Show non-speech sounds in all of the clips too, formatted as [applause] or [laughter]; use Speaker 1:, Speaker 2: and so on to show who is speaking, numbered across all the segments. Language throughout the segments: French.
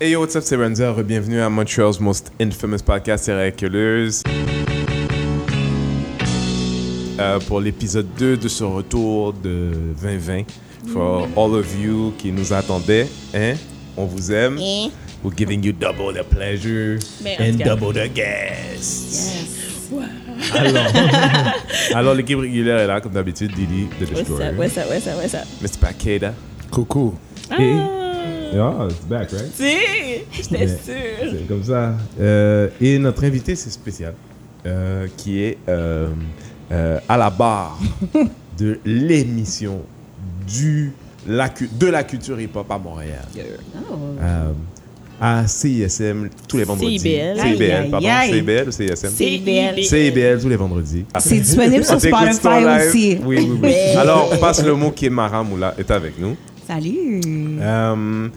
Speaker 1: Hey yo, what's up, c'est Renzo. Bienvenue à Montreal's most infamous podcast, c'est Ridiculous. Euh, pour l'épisode 2 de ce retour de 2020. For all of you qui nous attendaient, hein, on vous aime.
Speaker 2: Hein?
Speaker 1: We're giving you double the pleasure
Speaker 2: Mais en
Speaker 1: and
Speaker 2: tout cas-
Speaker 1: double the
Speaker 2: [laughs]
Speaker 1: guests. Alors, [laughs] alors l'équipe régulière est là, comme d'habitude, Didi, The
Speaker 2: What's
Speaker 1: Destroyer,
Speaker 2: up, what's up, what's up, what's up?
Speaker 1: Mr. Pakeda.
Speaker 3: Coucou.
Speaker 2: Ah,
Speaker 1: Yeah, it's back, right?
Speaker 2: si, j'étais
Speaker 1: Mais-
Speaker 2: sûre.
Speaker 1: C'est comme ça. Euh, et notre invité, c'est spécial, euh, qui est euh, euh, à la
Speaker 4: [laughs]
Speaker 1: barre de l'émission du, la, cu- de la culture hip-hop à Montréal. Euh, à CISM tous les vendredis.
Speaker 2: CIBL.
Speaker 1: CIBL, pardon.
Speaker 4: Aïe, aïe, aïe.
Speaker 1: CIBL ou CISM?
Speaker 2: CIBL.
Speaker 1: CIBL tous les vendredis.
Speaker 4: C'est
Speaker 1: [laughs]
Speaker 4: disponible
Speaker 1: On
Speaker 4: sur
Speaker 1: t'écoute
Speaker 4: Spotify
Speaker 1: en live.
Speaker 4: aussi.
Speaker 1: Oui, oui, oui. Alors, on passe le mot Kimara Moula est avec nous.
Speaker 4: Salut.
Speaker 1: Euh,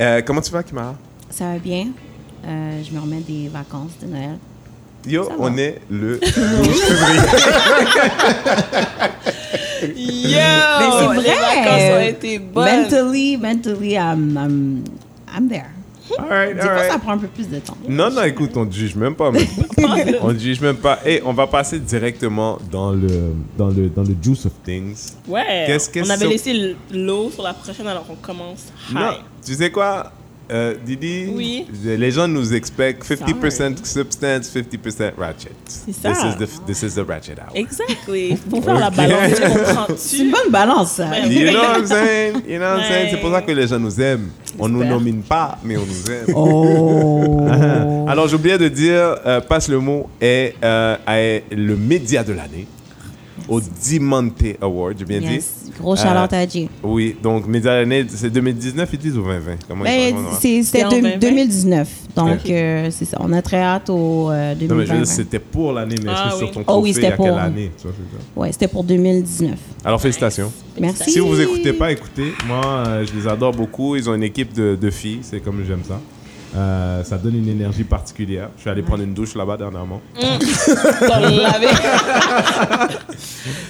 Speaker 1: euh, comment tu vas, Kimara?
Speaker 4: Ça va bien? Euh, je me remets des vacances de Noël.
Speaker 1: Yo,
Speaker 4: Ça va.
Speaker 1: on est le
Speaker 2: Yo!
Speaker 4: Mais c'est
Speaker 2: Les
Speaker 4: vrai.
Speaker 2: vacances ont été bonnes.
Speaker 4: Mentally, mentally, I'm, I'm, I'm there.
Speaker 1: All right,
Speaker 4: Des
Speaker 1: all
Speaker 4: fois,
Speaker 1: right.
Speaker 4: ça prend un peu plus de temps.
Speaker 1: Non, non, écoute, on ne juge même pas. mais- on ne juge même pas. Et on va passer directement dans le, dans le, dans le juice of things.
Speaker 2: Ouais.
Speaker 1: Qu'est-ce que
Speaker 2: on avait
Speaker 1: c'est-
Speaker 2: laissé l'eau sur la prochaine alors qu'on commence high.
Speaker 1: Non, tu sais quoi, euh, Didi
Speaker 2: Oui.
Speaker 1: Les gens nous expectent 50% substance, 50% ratchet.
Speaker 2: C'est ça.
Speaker 1: This is the, this is the ratchet hour.
Speaker 2: Exactly. Pour faire la balance,
Speaker 4: C'est
Speaker 2: comprends-tu?
Speaker 4: une bonne balance, hein. ça.
Speaker 1: [laughs]
Speaker 2: Ouais.
Speaker 1: You know
Speaker 4: [laughs]
Speaker 1: what I'm saying? You know what I'm saying? C'est pour ça que les gens nous aiment. On ne nous
Speaker 2: J'espère.
Speaker 1: nomine pas, mais on nous aime.
Speaker 4: Oh.
Speaker 1: [laughs] Alors, j'oubliais de dire, euh, passe le mot, est, euh, est le média de l'année au Dimante Award, j'ai bien dit.
Speaker 4: Yes. Gros chaleur à Jay.
Speaker 1: Euh, Oui, donc média de l'année, c'est 2019, ils disent ou 2020 Comment ils
Speaker 4: Ben,
Speaker 1: font, non?
Speaker 4: c'est-
Speaker 2: C'est
Speaker 4: C'était
Speaker 2: en
Speaker 4: deux-
Speaker 2: 2020?
Speaker 4: 2019. Donc,
Speaker 1: Ok.
Speaker 4: euh, c'est ça. On a très hâte au euh,
Speaker 1: Non, mais je veux
Speaker 4: 2020.
Speaker 1: dire, c'était pour l'année, mais est-ce que
Speaker 2: Ah
Speaker 1: sur
Speaker 2: oui.
Speaker 1: ton
Speaker 4: Oh
Speaker 1: trophée,
Speaker 4: oui,
Speaker 1: il y
Speaker 4: c'était
Speaker 1: a quelle
Speaker 4: pour.
Speaker 1: année tu vois, c'est ça.
Speaker 4: ouais, c'était pour 2019.
Speaker 1: Alors, félicitations.
Speaker 4: Merci.
Speaker 1: Si vous écoutez pas, écoutez. Moi, euh, je les adore beaucoup. Ils ont une équipe de, de filles, c'est comme j'aime ça. Euh, ça donne une énergie particulière. Je suis allé prendre une douche là-bas dernièrement.
Speaker 2: T'en l'avais.
Speaker 1: [laughs]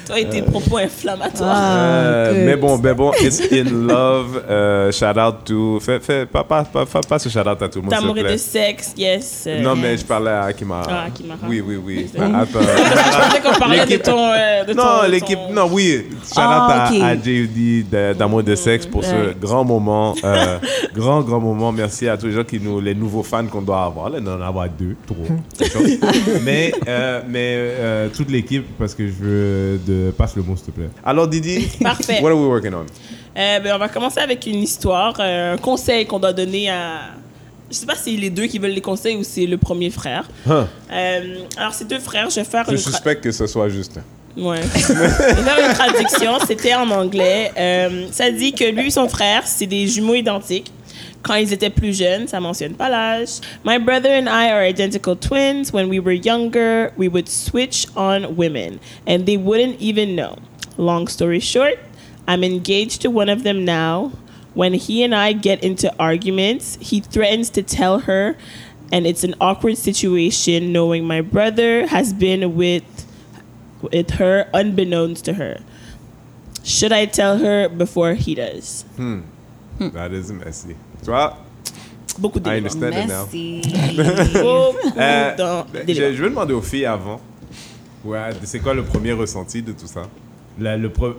Speaker 2: Toi et tes propos inflammatoires.
Speaker 4: Ah,
Speaker 1: Euh,
Speaker 4: good.
Speaker 1: mais bon, mais bon, it's in love. Euh, shout out to. Fais, fais, pas, pas, pas, pas, pas ce shout out à tout le monde. s'il te
Speaker 2: T'as de
Speaker 1: plaît.
Speaker 2: sexe, yes. euh,
Speaker 1: Non, mais je parlais à Akimara.
Speaker 2: Ah, Akimara.
Speaker 1: Oui, oui, oui.
Speaker 2: Désolé.
Speaker 1: Attends.
Speaker 2: Je pensais qu'on parlait de ton. euh, de
Speaker 1: Non,
Speaker 2: ton-
Speaker 1: l'équipe.
Speaker 2: ton-
Speaker 1: Non, oui. Shout out
Speaker 4: Ah,
Speaker 1: à-
Speaker 4: ok.
Speaker 1: à, JUD de- d'amour de sexe pour ce
Speaker 4: Ouais.
Speaker 1: grand moment. euh, grand, grand moment. Merci à tous les gens qui nous. Les nouveaux fans qu'on doit avoir. Là, on en avoir deux, trois. c'est chaud. mais euh, mais euh, toute l'équipe, parce que je veux. De, passe le mot, s'il te plaît. Alors, Didi.
Speaker 2: Parfait.
Speaker 1: What are we working on?
Speaker 2: Euh, ben, on va commencer avec une histoire, euh, un conseil qu'on doit donner à. Je sais pas si les deux qui veulent les conseils ou c'est le premier frère.
Speaker 1: Huh.
Speaker 2: Euh, alors, ces deux frères, je vais faire
Speaker 1: Je
Speaker 2: une. tra-
Speaker 1: suspecte que ce soit juste.
Speaker 2: Ouais. [laughs] je vais faire une traduction, c'était en anglais. Euh, ça dit que lui et son frère, c'est des jumeaux identiques. Quand ils étaient plus jeunes, ça mentionne pas l'âge. My brother and I are identical twins. When we were younger, we would switch on women, and they wouldn't even know. Long story short, I'm engaged to one of them now. When he and I get into arguments, he threatens to tell her, and it's an awkward situation knowing my brother has been with with her unbeknownst to her. Should I tell her before he does?
Speaker 1: That is messy. Bah, Tu vois,
Speaker 2: Beaucoup
Speaker 1: I
Speaker 2: d'éléments.
Speaker 1: understand it now.
Speaker 4: Merci.
Speaker 1: [laughs]
Speaker 2: Beaucoup
Speaker 1: Euh,
Speaker 2: d'en-
Speaker 1: ben, je,
Speaker 2: d'éléments.
Speaker 1: je vais demander aux filles avant. Ouais, c'est quoi le premier ressenti de tout ça La- le pre-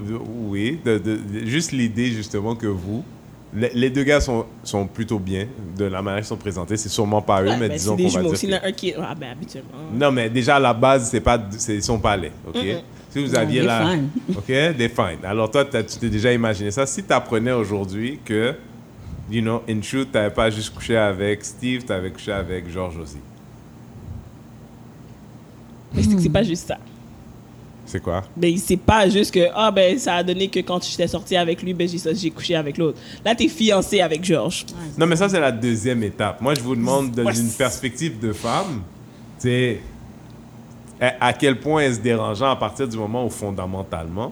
Speaker 1: Oui, de- de- de- juste l'idée justement que vous. Les, les deux gars sont, sont plutôt bien de la manière qu'ils sont présentés. C'est sûrement pas eux,
Speaker 2: Ouais,
Speaker 1: mais
Speaker 2: ben,
Speaker 1: disons
Speaker 2: c'est
Speaker 1: qu'on
Speaker 2: des
Speaker 1: va
Speaker 2: jumeaux.
Speaker 1: dire.
Speaker 2: S'il y
Speaker 1: que-
Speaker 2: en a un qui est- Ah ben habituellement.
Speaker 1: Non, mais déjà à la base, c'est pas, c'est- ils sont pas allés. Ok. Si vous
Speaker 4: Non,
Speaker 1: aviez
Speaker 4: des
Speaker 1: la, [laughs]
Speaker 4: fans.
Speaker 1: ok, des fans. Alors toi, t'as- tu t'es déjà imaginé ça. Si tu apprenais aujourd'hui que, you know, in truth, t'avais pas juste couché avec Steve, t'avais couché avec George aussi.
Speaker 2: Mais
Speaker 4: Hmm.
Speaker 2: c'est que c'est pas juste ça.
Speaker 1: C'est quoi?
Speaker 2: Mais c'est pas juste que, ah ben ça a donné que quand j'étais sortie avec lui, ben j'ai j'ai couché avec l'autre. Là, t'es fiancée avec Georges.
Speaker 1: Non, mais ça, c'est la deuxième étape. Moi, je vous demande, dans
Speaker 2: Ouais.
Speaker 1: une perspective de femme, c'est à à quel point est-ce dérangeant à partir du moment où, fondamentalement,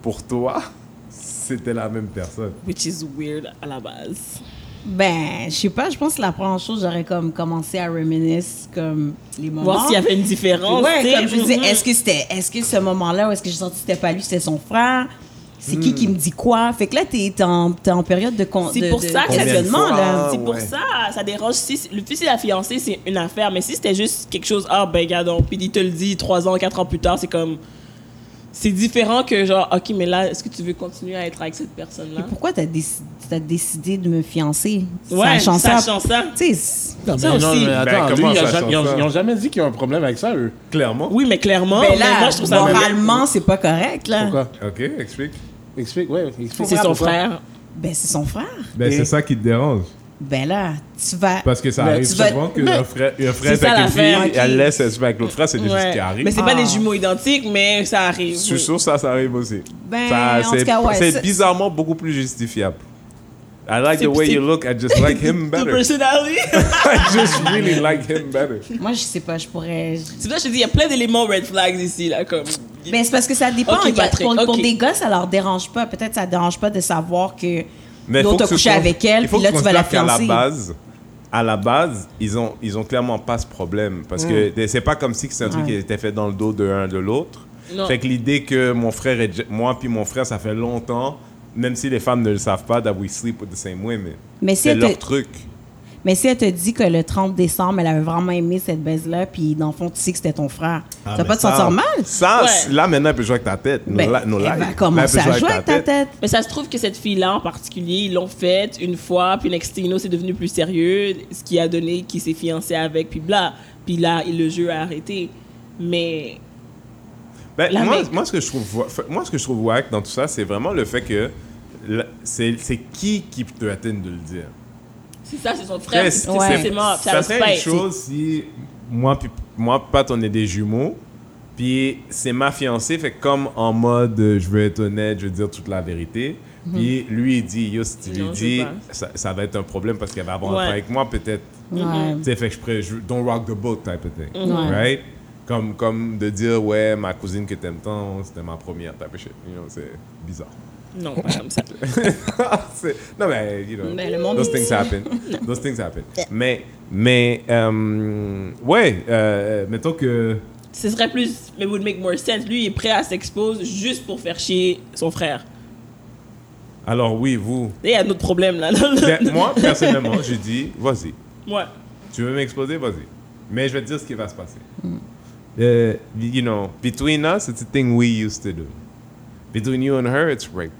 Speaker 1: pour toi, [laughs] c'était la même personne.
Speaker 2: Which is weird à la base.
Speaker 4: Ben, je sais pas, je pense que la première chose, j'aurais comme commencé à reminisce comme les moments.
Speaker 2: Voir s'il y avait une différence.
Speaker 4: Ouais,
Speaker 2: tu sais.
Speaker 4: comme je disais,
Speaker 2: Mhm.
Speaker 4: est-ce que c'était, est-ce que ce moment-là où est-ce que j'ai senti que c'était pas lui, c'était son frère? c'est qui qui me dit quoi. Fait que là, t'es t'es en, t'es en période de con- de-
Speaker 2: Hmm. C'est pour
Speaker 4: de
Speaker 2: ça que
Speaker 1: Combien de
Speaker 4: questionnement,
Speaker 1: fois?
Speaker 4: là.
Speaker 2: C'est pour
Speaker 3: ouais.
Speaker 2: ça, ça dérange. Si, le fils de la fiancée, c'est une affaire, mais si c'était juste quelque chose, ah ben gadon, puis il te le dit trois ans, quatre ans plus tard, c'est comme. C'est différent que genre, ok, mais là, est-ce que tu veux continuer à être avec cette personne-là?
Speaker 4: Pourquoi t'as déci- t'as décidé de me fiancer?
Speaker 2: Ouais,
Speaker 4: ça
Speaker 2: ça
Speaker 4: change
Speaker 2: change ça.
Speaker 4: Tu sais, c'est-
Speaker 5: Non,
Speaker 2: Ça
Speaker 5: mais
Speaker 2: aussi.
Speaker 5: Non, mais attends,
Speaker 1: Ben,
Speaker 5: lui,
Speaker 1: comment
Speaker 5: il a
Speaker 1: ça
Speaker 5: jamais-
Speaker 1: change
Speaker 5: ils, ont,
Speaker 1: ça?
Speaker 5: ils ont jamais dit qu'il y a un problème avec ça, eux.
Speaker 1: Clairement.
Speaker 2: Oui, mais clairement,
Speaker 4: ben
Speaker 2: Oh, mais
Speaker 4: là,
Speaker 2: moi, je trouve ça.
Speaker 4: moralement, c'est pas correct, là.
Speaker 5: Pourquoi
Speaker 1: Ok, explique.
Speaker 5: Explique, ouais, explique.
Speaker 2: C'est son
Speaker 5: Pourquoi?
Speaker 2: frère.
Speaker 4: Ben, c'est son frère.
Speaker 1: Ben,
Speaker 5: Et-
Speaker 1: c'est ça qui te dérange.
Speaker 4: Ben là, tu vas...
Speaker 1: Parce que ça
Speaker 5: Mais
Speaker 1: arrive
Speaker 4: tu vas-
Speaker 1: souvent que
Speaker 4: mais-
Speaker 1: un frère, un frère est
Speaker 2: ça
Speaker 1: avec une
Speaker 2: l'affaire,
Speaker 1: fille,
Speaker 2: ok.
Speaker 1: elle laisse, elle se met avec l'autre frère, c'est des choses
Speaker 2: Ouais.
Speaker 1: qui arrivent.
Speaker 2: Mais c'est pas
Speaker 4: Ah.
Speaker 2: des jumeaux identiques, mais ça arrive.
Speaker 1: Je suis
Speaker 2: oui.
Speaker 1: sûr que ça, ça arrive aussi.
Speaker 4: Ben,
Speaker 1: Ça,
Speaker 4: en
Speaker 1: c'est-
Speaker 4: tout cas, ouais,
Speaker 1: C'est
Speaker 4: ça-
Speaker 1: bizarrement beaucoup plus justifiable. I like
Speaker 2: C'est-
Speaker 1: the way
Speaker 2: c'est-
Speaker 1: you look, I just like him
Speaker 2: [laughs] Two
Speaker 1: better.
Speaker 2: personality.
Speaker 1: I [laughs] just really like him better.
Speaker 4: Moi, je sais pas, je pourrais...
Speaker 2: c'est pour ça que je te dis, il y a plein d'éléments red flags ici, là, comme.
Speaker 4: Mais c'est parce que ça dépend.
Speaker 2: Ok,
Speaker 4: Il y a-
Speaker 2: Patrick,
Speaker 4: pour, pour
Speaker 2: ok.
Speaker 4: des gars, ça leur dérange pas. Peut-être ça dérange pas de savoir que
Speaker 1: Mais faut
Speaker 4: l'autre a
Speaker 1: que tu
Speaker 4: couché
Speaker 1: con-
Speaker 4: avec elle,
Speaker 1: il faut
Speaker 4: puis là,
Speaker 1: que
Speaker 4: tu vas la
Speaker 1: constates qu'à
Speaker 4: fiancer.
Speaker 1: la base, à la base, ils ont, ils ont clairement pas ce problème. Parce que c'est pas comme si c'est un truc
Speaker 4: Ouais.
Speaker 1: qui était fait dans le dos de l'un de l'autre.
Speaker 2: Non.
Speaker 1: Fait que l'idée que mon frère et moi, puis mon frère, ça fait longtemps, même si les femmes ne le savent pas, that we sleep with the same women.
Speaker 4: Mais si
Speaker 1: c'est
Speaker 4: elle te-
Speaker 1: leur truc.
Speaker 4: Mais si elle te dit que le 30 décembre, elle avait vraiment aimé cette baise-là, puis dans le fond, tu sais que c'était ton frère, tu vas
Speaker 1: Ah, mais
Speaker 4: pas te
Speaker 1: ça-
Speaker 4: sentir mal?
Speaker 1: Ça,
Speaker 2: Ouais.
Speaker 1: c'est- là, maintenant, elle peut jouer avec ta tête. Nos
Speaker 4: Ben,
Speaker 1: la- nos
Speaker 4: elle
Speaker 1: lives.
Speaker 4: va
Speaker 1: Là, elle peut
Speaker 4: commencer à jouer avec ta tête.
Speaker 2: Mais ça se trouve que cette fille-là en particulier, ils l'ont faite une fois, puis next thing you know, c'est devenu plus sérieux, ce qui a donné qu'il s'est fiancé avec, puis bla. Puis là, il- le jeu a arrêté. Mais
Speaker 1: Ben,
Speaker 2: La
Speaker 1: moi,
Speaker 2: mec.
Speaker 1: moi, ce que je trouve, wa- fa- moi, ce que je trouve wack dans tout ça, c'est vraiment le fait que la- c'est c'est qui qui peut atteindre de le dire.
Speaker 2: c'est ça, c'est son frère.
Speaker 1: Après,
Speaker 2: C'est
Speaker 1: c'est-
Speaker 4: ouais.
Speaker 2: c'est mort.
Speaker 1: Ça serait une
Speaker 2: respect.
Speaker 1: chose si moi, puis moi, puis Pat, on est des jumeaux, puis c'est ma fiancée, fait que comme en mode euh, je veux être honnête, je veux dire toute la vérité.
Speaker 4: Mhm.
Speaker 1: Puis lui, il dit, yo, si tu lui
Speaker 2: Non, je veux
Speaker 1: dis,
Speaker 2: pas.
Speaker 1: ça, ça va être un problème parce qu'elle va avoir un
Speaker 2: Ouais. Mhm.
Speaker 1: enfant avec moi, peut-être.
Speaker 4: Ouais.
Speaker 1: Tu sais, fait que je pourrais, je- don't rock the boat type of thing.
Speaker 4: Ouais.
Speaker 1: Right? Comme, comme de dire, ouais, ma cousine que t'aimes tant, c'était ma première type of shit. You know, c'est bizarre. [laughs]
Speaker 2: Non, pas comme ça.
Speaker 1: C'est- non, mais, you know,
Speaker 2: Mais le monde
Speaker 1: those
Speaker 2: est
Speaker 1: things happen.
Speaker 2: [laughs]
Speaker 1: those things happen. Mais, mais, euh, ouais, euh, mettons que.
Speaker 2: Ce serait plus, mais would make more sense. Lui, il est prêt à s'exposer juste pour faire chier son frère.
Speaker 1: Alors, oui,
Speaker 2: [coughs]
Speaker 1: vous.
Speaker 2: Et il y a un autre problème là.
Speaker 1: Ben, moi,
Speaker 2: [laughs]
Speaker 1: personnellement, j'ai dit, vas-y.
Speaker 2: Moi.
Speaker 1: Tu veux m'exposer, vas-y. Mais je vais te dire ce qui va se passer.
Speaker 2: Mm.
Speaker 1: Euh, you know, between us, it's a thing we used to do. Between you and her, it's rape.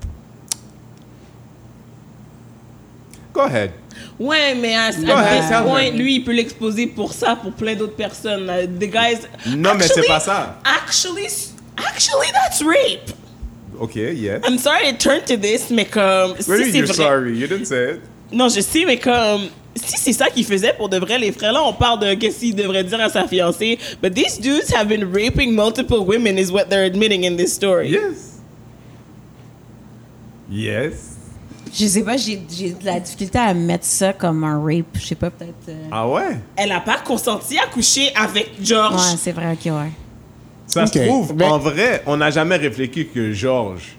Speaker 1: Go ahead.
Speaker 2: Ouais, mais à, à
Speaker 1: ahead,
Speaker 2: ce
Speaker 1: tell her.
Speaker 2: point, lui, il peut l'exposer pour ça, pour plein d'autres personnes. là. The guys.
Speaker 1: Non, mais c'est
Speaker 2: Actually-
Speaker 1: pas ça.
Speaker 2: Actually, actually, that's rape.
Speaker 1: OK, yes.
Speaker 2: I'm sorry it turned to this, mais comme.
Speaker 1: Really,
Speaker 2: Ah, si c'est
Speaker 1: you're
Speaker 2: vrai.
Speaker 1: sorry. You didn't say it.
Speaker 2: Non, je sais, mais comme. Si c'est ça qu'ils faisaient pour de vrai, les frères, là, on parle de qu'est-ce qu'ils devraient dire à sa fiancée. But these dudes have been raping multiple women, is what they're admitting in this story.
Speaker 1: Yes. Yes.
Speaker 4: Je sais pas, j'ai j'ai de la difficulté à mettre ça comme un rape. Je sais pas, peut-être... euh,
Speaker 1: Ah ouais?
Speaker 2: Elle a pas consenti à coucher avec George.
Speaker 4: Ouais, c'est vrai, ok, ouais.
Speaker 1: Ça
Speaker 5: Ok.
Speaker 1: se trouve,
Speaker 5: Mais-
Speaker 1: en vrai, on n'a jamais réfléchi que Georges,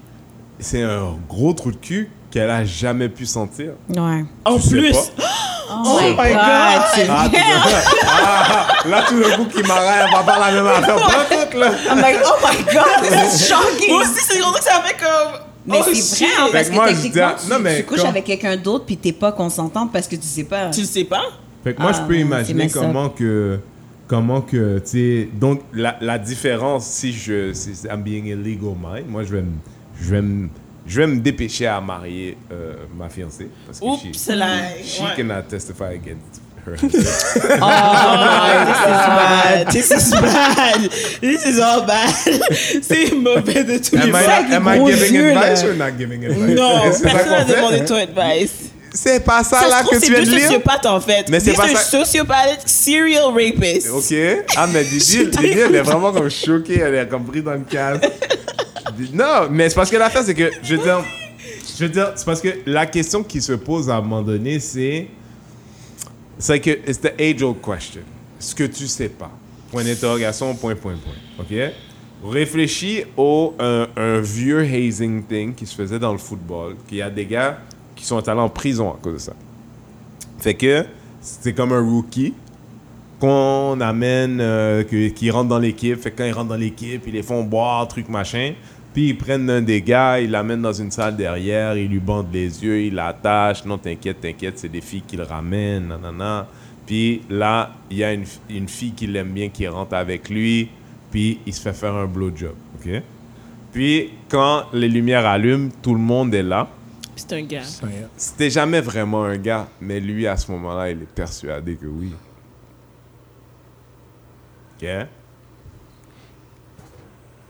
Speaker 1: c'est un gros trou de cul qu'elle a jamais pu sentir.
Speaker 4: Ouais.
Speaker 2: en
Speaker 1: Tu sais
Speaker 2: plus.
Speaker 1: pas.
Speaker 4: Oh,
Speaker 1: my God,
Speaker 4: c'est
Speaker 1: Ah, [laughs] tout d'un coup- ah, là, tout le coup qui m'arrête, on va pas la même affaire. Pas toute, là.
Speaker 4: [laughs] I'm like, oh my God, this is shocking.
Speaker 2: Moi aussi, c'est drôle que ça fait comme.
Speaker 4: Mais
Speaker 2: oh,
Speaker 4: c'est
Speaker 2: shit.
Speaker 4: vrai, hein, parce
Speaker 1: Fait
Speaker 4: que
Speaker 1: que moi, je
Speaker 4: techniquement,
Speaker 1: dis à-
Speaker 4: tu,
Speaker 1: non, mais
Speaker 4: tu couches
Speaker 1: quand-
Speaker 4: avec quelqu'un d'autre puis t'es pas consentante parce que tu sais pas.
Speaker 2: Tu le sais pas?
Speaker 1: Fait que moi,
Speaker 4: Ah,
Speaker 1: je peux
Speaker 4: c'est
Speaker 1: imaginer
Speaker 4: messed up.
Speaker 1: comment que. Comment que, tu sais. Donc, la, la différence, si je. Si I'm being illegal mind, moi, je vais me. Je vais me. Je vais me dépêcher à marier euh, ma fiancée. Parce que she,
Speaker 2: Oups, là.
Speaker 1: she
Speaker 2: ouais.
Speaker 1: cannot testify against her. Ah,
Speaker 2: bad. This is bad. This is all bad. [laughs] C'est mauvais de tous les
Speaker 1: am I,
Speaker 2: points.
Speaker 1: am I
Speaker 4: gros
Speaker 1: giving
Speaker 4: yeux, là.
Speaker 1: advice or not giving advice? [laughs]
Speaker 2: Non,
Speaker 1: Est-ce que ça
Speaker 2: personne n'a
Speaker 1: qu'on fait?
Speaker 2: demandé ton advice.
Speaker 1: C'est pas ça,
Speaker 2: Ça
Speaker 1: là
Speaker 2: se trouve,
Speaker 1: que
Speaker 2: c'est
Speaker 1: tu viens
Speaker 2: deux
Speaker 1: de lire.
Speaker 2: sociopathes en fait.
Speaker 1: Mais c'est
Speaker 2: These
Speaker 1: pas
Speaker 2: are
Speaker 1: ça-
Speaker 2: sociopathes, serial rapists.
Speaker 1: Ok. Ah, mais Didi, Didi, elle est vraiment comme choquée. Elle est comme prise dans le cadre. non, mais c'est parce que l'affaire, c'est que, je veux dire, je veux dire, c'est parce que la question qui se pose à un moment donné, c'est. C'est que, it's the age-old question. Ce que tu sais pas. Point d'interrogation, point, point, point. Ok? Réfléchis au un, un vieux hazing thing qui se faisait dans le football, qu'il y a des gars qui sont allés en prison à cause de ça. Fait que, c'est comme un rookie qu'on amène, euh, que- qui rentre dans l'équipe. Fait que quand ils rentrent dans l'équipe, ils les font boire, truc, machin. Puis ils prennent un des gars, ils l'amènent dans une salle derrière, ils lui bandent les yeux, ils l'attachent. Non, t'inquiète, t'inquiète, c'est des filles qu'ils ramènent, nanana. Puis là, il y a une, une fille qu'il aime bien qui rentre avec lui, puis il se fait faire un blowjob, ok? Puis quand les lumières allument, tout le monde est là.
Speaker 2: Puis c'est un gars.
Speaker 1: C'était jamais vraiment un gars, mais lui, à ce moment-là, il est persuadé que oui. OK?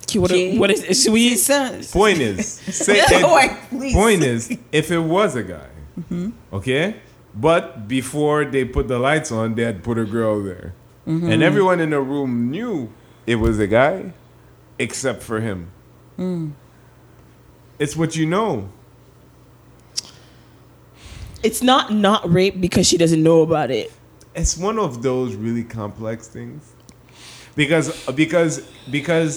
Speaker 2: Qui, what,
Speaker 4: Ok.
Speaker 2: what is, should we-
Speaker 4: C'est ça.
Speaker 1: Point
Speaker 4: [laughs]
Speaker 1: is, say it-
Speaker 4: ouais, Mm-hmm. please.
Speaker 1: point is, if it was a guy, okay? But before they put the lights on, they had put a girl there.
Speaker 4: Mm-hmm.
Speaker 1: And everyone in the room knew it was a guy, except for him.
Speaker 4: Mm.
Speaker 1: It's what you know.
Speaker 2: It's not not rape because she doesn't know about it.
Speaker 1: it's one of those really complex things because because because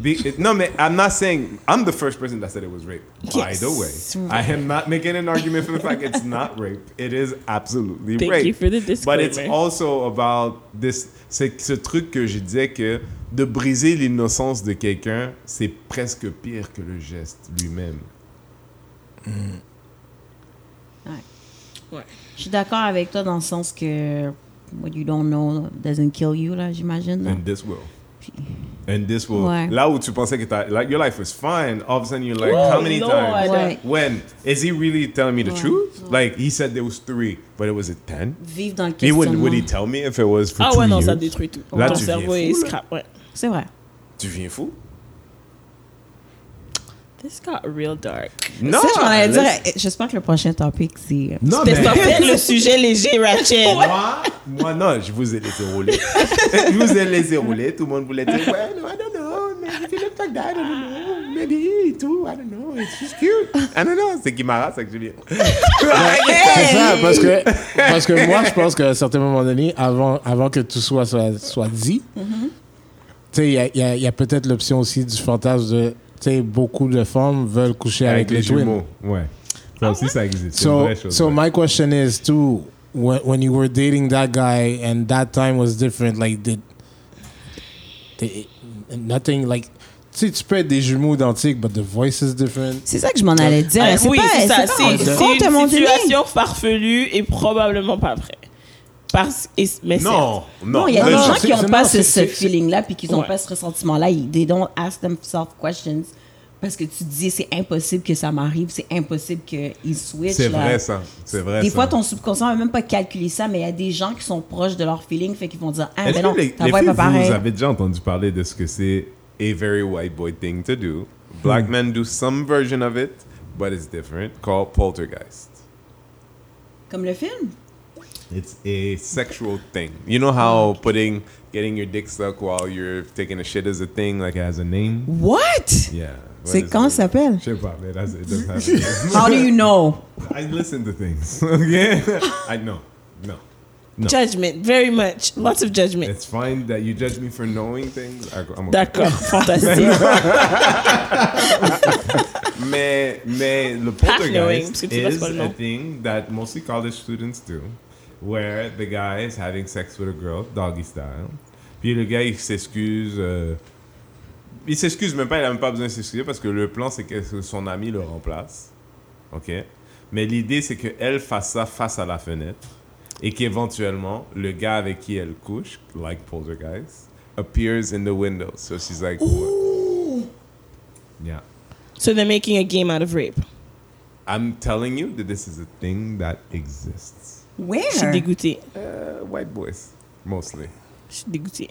Speaker 1: be, no man i'm not saying i'm the first person that said it was rape by
Speaker 2: Yes.
Speaker 1: the way i am not making an argument for the fact it's not rape it is absolutely
Speaker 2: Thank
Speaker 1: rape
Speaker 2: you for the
Speaker 1: but it's
Speaker 2: disclaimer.
Speaker 1: also about this c'est ce truc que je disais que de briser l'innocence de quelqu'un c'est presque pire que le geste lui-même
Speaker 4: Je suis d'accord avec toi dans le sens que what you don't know doesn't kill you, là, j'imagine. là.
Speaker 1: And this will. And this will.
Speaker 4: Ouais.
Speaker 1: Là où tu pensais que ta, like, your life was fine, all of a sudden you're like,
Speaker 2: Oh,
Speaker 1: how many
Speaker 2: Lord.
Speaker 1: times?
Speaker 4: Ouais.
Speaker 1: When? Is he really telling me the
Speaker 4: Ouais.
Speaker 1: truth? Like, he said there was three, but it was it ten?
Speaker 4: Vivre dans le
Speaker 1: He
Speaker 4: questionnement.
Speaker 1: wouldn't, would he tell me if it was for
Speaker 2: Ah
Speaker 1: two
Speaker 2: ouais, non, ça
Speaker 1: years?
Speaker 2: détruit tout.
Speaker 1: Là,
Speaker 2: Ton
Speaker 1: tu viens
Speaker 2: cerveau est
Speaker 1: fou, là.
Speaker 2: scrap. Ouais.
Speaker 4: C'est vrai.
Speaker 1: Tu viens fou?
Speaker 2: This got real dark.
Speaker 1: Non!
Speaker 4: ça, je m'en allais dire,
Speaker 1: laisse-
Speaker 4: eh, j'espère que le prochain topic, c'est... euh,
Speaker 1: Non,
Speaker 2: C'était
Speaker 1: mais-
Speaker 2: en fait le sujet léger, [laughs] Rachel.
Speaker 1: [laughs] Moi, moi, non, je vous ai laissé rouler. [laughs] je vous ai laissé rouler. Tout le monde voulait dire, well, I don't know, maybe he looks like that, I don't know, maybe too, I don't know, it's just cute. I don't know, c'est Kimara, ça que je viens.
Speaker 2: [laughs]
Speaker 5: C'est ça, parce que, parce que moi, je pense qu'à un certain moment donné, avant, avant que tout soit, soit, soit dit,
Speaker 2: Mm-hmm.
Speaker 5: tu sais, il y a, il y a- il y a peut-être l'option aussi du fantasme de, tu sais, beaucoup de femmes veulent coucher avec, les, twins.
Speaker 1: ouais. Ça aussi, ça existe. C'est une
Speaker 5: So,
Speaker 1: vraie chose,
Speaker 5: so
Speaker 1: ouais.
Speaker 5: my question is too, when, when you were dating that guy and that time was different, like did, did- nothing like, tu sais, tu peux être des jumeaux identiques, but the voice is different.
Speaker 4: C'est ça que je m'en allais dire.
Speaker 2: Ah,
Speaker 4: c'est
Speaker 2: oui,
Speaker 4: pas,
Speaker 2: c'est ça.
Speaker 4: pas-
Speaker 2: C'est
Speaker 4: on
Speaker 2: c'est
Speaker 4: compte à mon
Speaker 2: une
Speaker 4: dîner.
Speaker 2: situation farfelue et probablement pas vraie. Parce, et- mais
Speaker 1: Non, non.
Speaker 4: Non, il y a
Speaker 1: Mais
Speaker 4: des
Speaker 5: non,
Speaker 4: gens
Speaker 5: c'est-
Speaker 4: qui n'ont
Speaker 5: c'est-
Speaker 4: pas
Speaker 5: non,
Speaker 4: ce,
Speaker 5: c'est-
Speaker 4: ce
Speaker 5: c'est-
Speaker 4: feeling-là, puis qui n'ont
Speaker 2: Ouais.
Speaker 4: pas ce ressentiment-là. Ils- They don't ask themselves questions parce que tu te dis c'est impossible que ça m'arrive, c'est impossible qu'ils switch.
Speaker 1: C'est
Speaker 4: là.
Speaker 1: vrai, ça. C'est vrai,
Speaker 4: Des
Speaker 1: ça.
Speaker 4: fois, ton subconscient n'a même pas calculé ça, mais il y a des gens qui sont proches de leur feeling, fait qu'ils vont dire Ah,
Speaker 1: Est-ce
Speaker 4: ben
Speaker 1: que
Speaker 4: non,
Speaker 1: les,
Speaker 4: ta
Speaker 1: les
Speaker 4: voix est
Speaker 1: filles,
Speaker 4: pas
Speaker 1: vous
Speaker 4: pareille.
Speaker 1: avez déjà entendu parler de ce que c'est a very white boy thing to do.
Speaker 5: Hmm.
Speaker 1: Black men do some version of it, but it's different, called poltergeist.
Speaker 4: Comme le film
Speaker 1: It's a sexual thing. You know how putting, getting your dick sucked while you're taking a shit is a thing, like it has a name?
Speaker 4: What
Speaker 1: Yeah.
Speaker 4: C'est
Speaker 1: What is
Speaker 4: comment
Speaker 1: it?
Speaker 4: ça s'appelle
Speaker 1: Je sais pas, mais that's- it doesn't have a name.
Speaker 4: How do you know
Speaker 1: I listen to things. [laughs] Okay? I know. No.
Speaker 2: c'est judgment, very much. Lots of judgment.
Speaker 1: It's fine that you judge me for knowing things. I, I'm okay. [laughs]
Speaker 2: D'accord, fantastique.
Speaker 1: Mais, mais le
Speaker 2: knowing, parce
Speaker 1: poltergeist
Speaker 2: que tu sais pas c'est
Speaker 1: is
Speaker 2: quoi le
Speaker 1: a
Speaker 2: nom.
Speaker 1: thing that mostly college students do, where the guy is having sex with a girl, doggy style. Puis le gars, il s'excuse. euh, il s'excuse même pas, il a même pas besoin de s'excuser parce que le plan, c'est que son ami le remplace. OK? Mais l'idée, c'est qu'elle fasse ça face à la fenêtre et qu'éventuellement, le gars avec qui elle couche, like poltergeist, appears in the window. So she's like, what? Yeah.
Speaker 2: so they're making a game out of rape.
Speaker 1: I'm telling you that this is a thing that exists.
Speaker 2: Je suis
Speaker 4: Where
Speaker 2: dégoûtée.
Speaker 1: Uh, white boys, mostly.
Speaker 2: Je suis dégoûtée.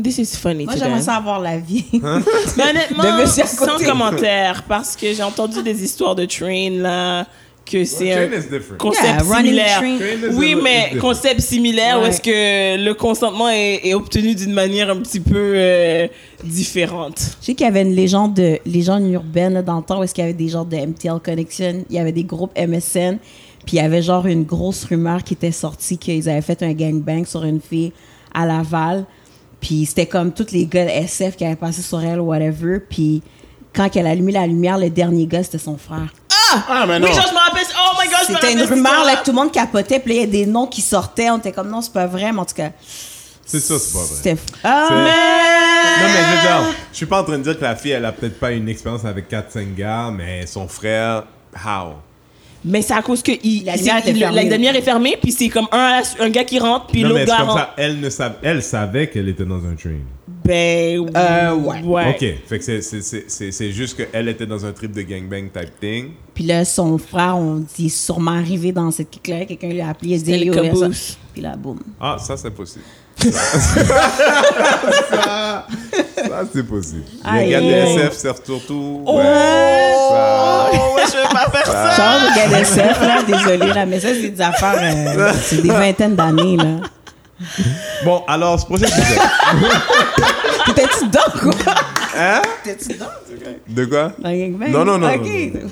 Speaker 2: This is funny
Speaker 4: Moi,
Speaker 2: to
Speaker 4: j'aimerais
Speaker 2: them.
Speaker 4: ça avoir la vie. [laughs]
Speaker 2: Mais honnêtement,
Speaker 4: De monsieur à
Speaker 2: sans
Speaker 4: côté.
Speaker 2: commentaire, parce que j'ai entendu des histoires de train là, que c'est
Speaker 1: Train
Speaker 2: un
Speaker 1: is different.
Speaker 2: concept
Speaker 4: Yeah, running
Speaker 2: similaire.
Speaker 4: train.
Speaker 1: Train is
Speaker 2: uh, Oui,
Speaker 1: a-
Speaker 2: mais
Speaker 1: is different.
Speaker 2: concept similaire où
Speaker 4: Ouais.
Speaker 2: est-ce que le consentement est, est obtenu d'une manière un petit peu euh, différente.
Speaker 4: Je sais qu'il y avait une légende, de, légende urbaine là, dans le temps où est-ce qu'il y avait des genres de MTL Connection, il y avait des groupes MSN, puis il y avait genre une grosse rumeur qui était sortie qu'ils avaient fait un gangbang sur une fille à Laval, puis c'était comme tous les gars de SF qui avaient passé sur elle, whatever, puis quand elle a allumé la lumière, le dernier gars, c'était son frère.
Speaker 5: Ah, mais non.
Speaker 2: Oui, genre, je me rappelle. Oh my god, je me rappelle.
Speaker 4: C'était une
Speaker 2: cette
Speaker 4: rumeur, là,
Speaker 2: histoire-là.
Speaker 4: que tout le monde capotait, puis là, il y a des noms qui sortaient, on était comme, non, c'est pas vrai, mais en tout cas,
Speaker 1: C'est ça, c'est pas vrai.
Speaker 4: C'était. Ah,
Speaker 1: Non, mais je veux dire, je suis pas en train de dire que la fille, elle a peut-être pas une expérience avec 4-5 gars, mais son frère, how?
Speaker 2: Mais c'est à cause que il-
Speaker 4: La
Speaker 2: c'est-
Speaker 4: lumière était
Speaker 2: il-
Speaker 4: fermée.
Speaker 2: la lumière est fermée, puis c'est comme un, un gars qui rentre, puis
Speaker 1: non,
Speaker 2: l'autre
Speaker 1: mais c'est
Speaker 2: gars
Speaker 1: comme
Speaker 2: rentre.
Speaker 1: ça, elle, ne sav- elle savait qu'elle était dans un train.
Speaker 2: Ben oui.
Speaker 4: Euh, ouais.
Speaker 1: OK. Fait que c'est- c'est- c'est- c'est c'est juste qu'elle était dans un trip de gangbang type thing.
Speaker 4: Puis là, son frère, on dit, est sûrement arrivé dans cette clique-là. Quelqu'un lui a appelé, il se dit,
Speaker 2: C'était
Speaker 4: Yo,
Speaker 2: le
Speaker 4: il y a ça.
Speaker 2: caboose.
Speaker 4: Puis là, boum.
Speaker 1: Ah, ça, c'est possible. ça, ça, c'est possible. Les
Speaker 4: Aïe.
Speaker 1: gars de SF servent surtout. Ouais. Ça.
Speaker 2: Oh, ouais, je vais pas faire ça.
Speaker 4: Charles regardait ça, là, désolé, là, mais ça, c'est des affaires,
Speaker 1: [laughs]
Speaker 4: euh, c'est des vingtaines d'années, là.
Speaker 1: Bon, alors, ce prochain sujet.
Speaker 4: T'étais-tu dedans, quoi?
Speaker 1: Hein?
Speaker 4: T'étais-tu dedans?
Speaker 1: De quoi?
Speaker 4: dans Gang Bang?
Speaker 1: Non, non, non.
Speaker 4: Ok.
Speaker 1: non, non,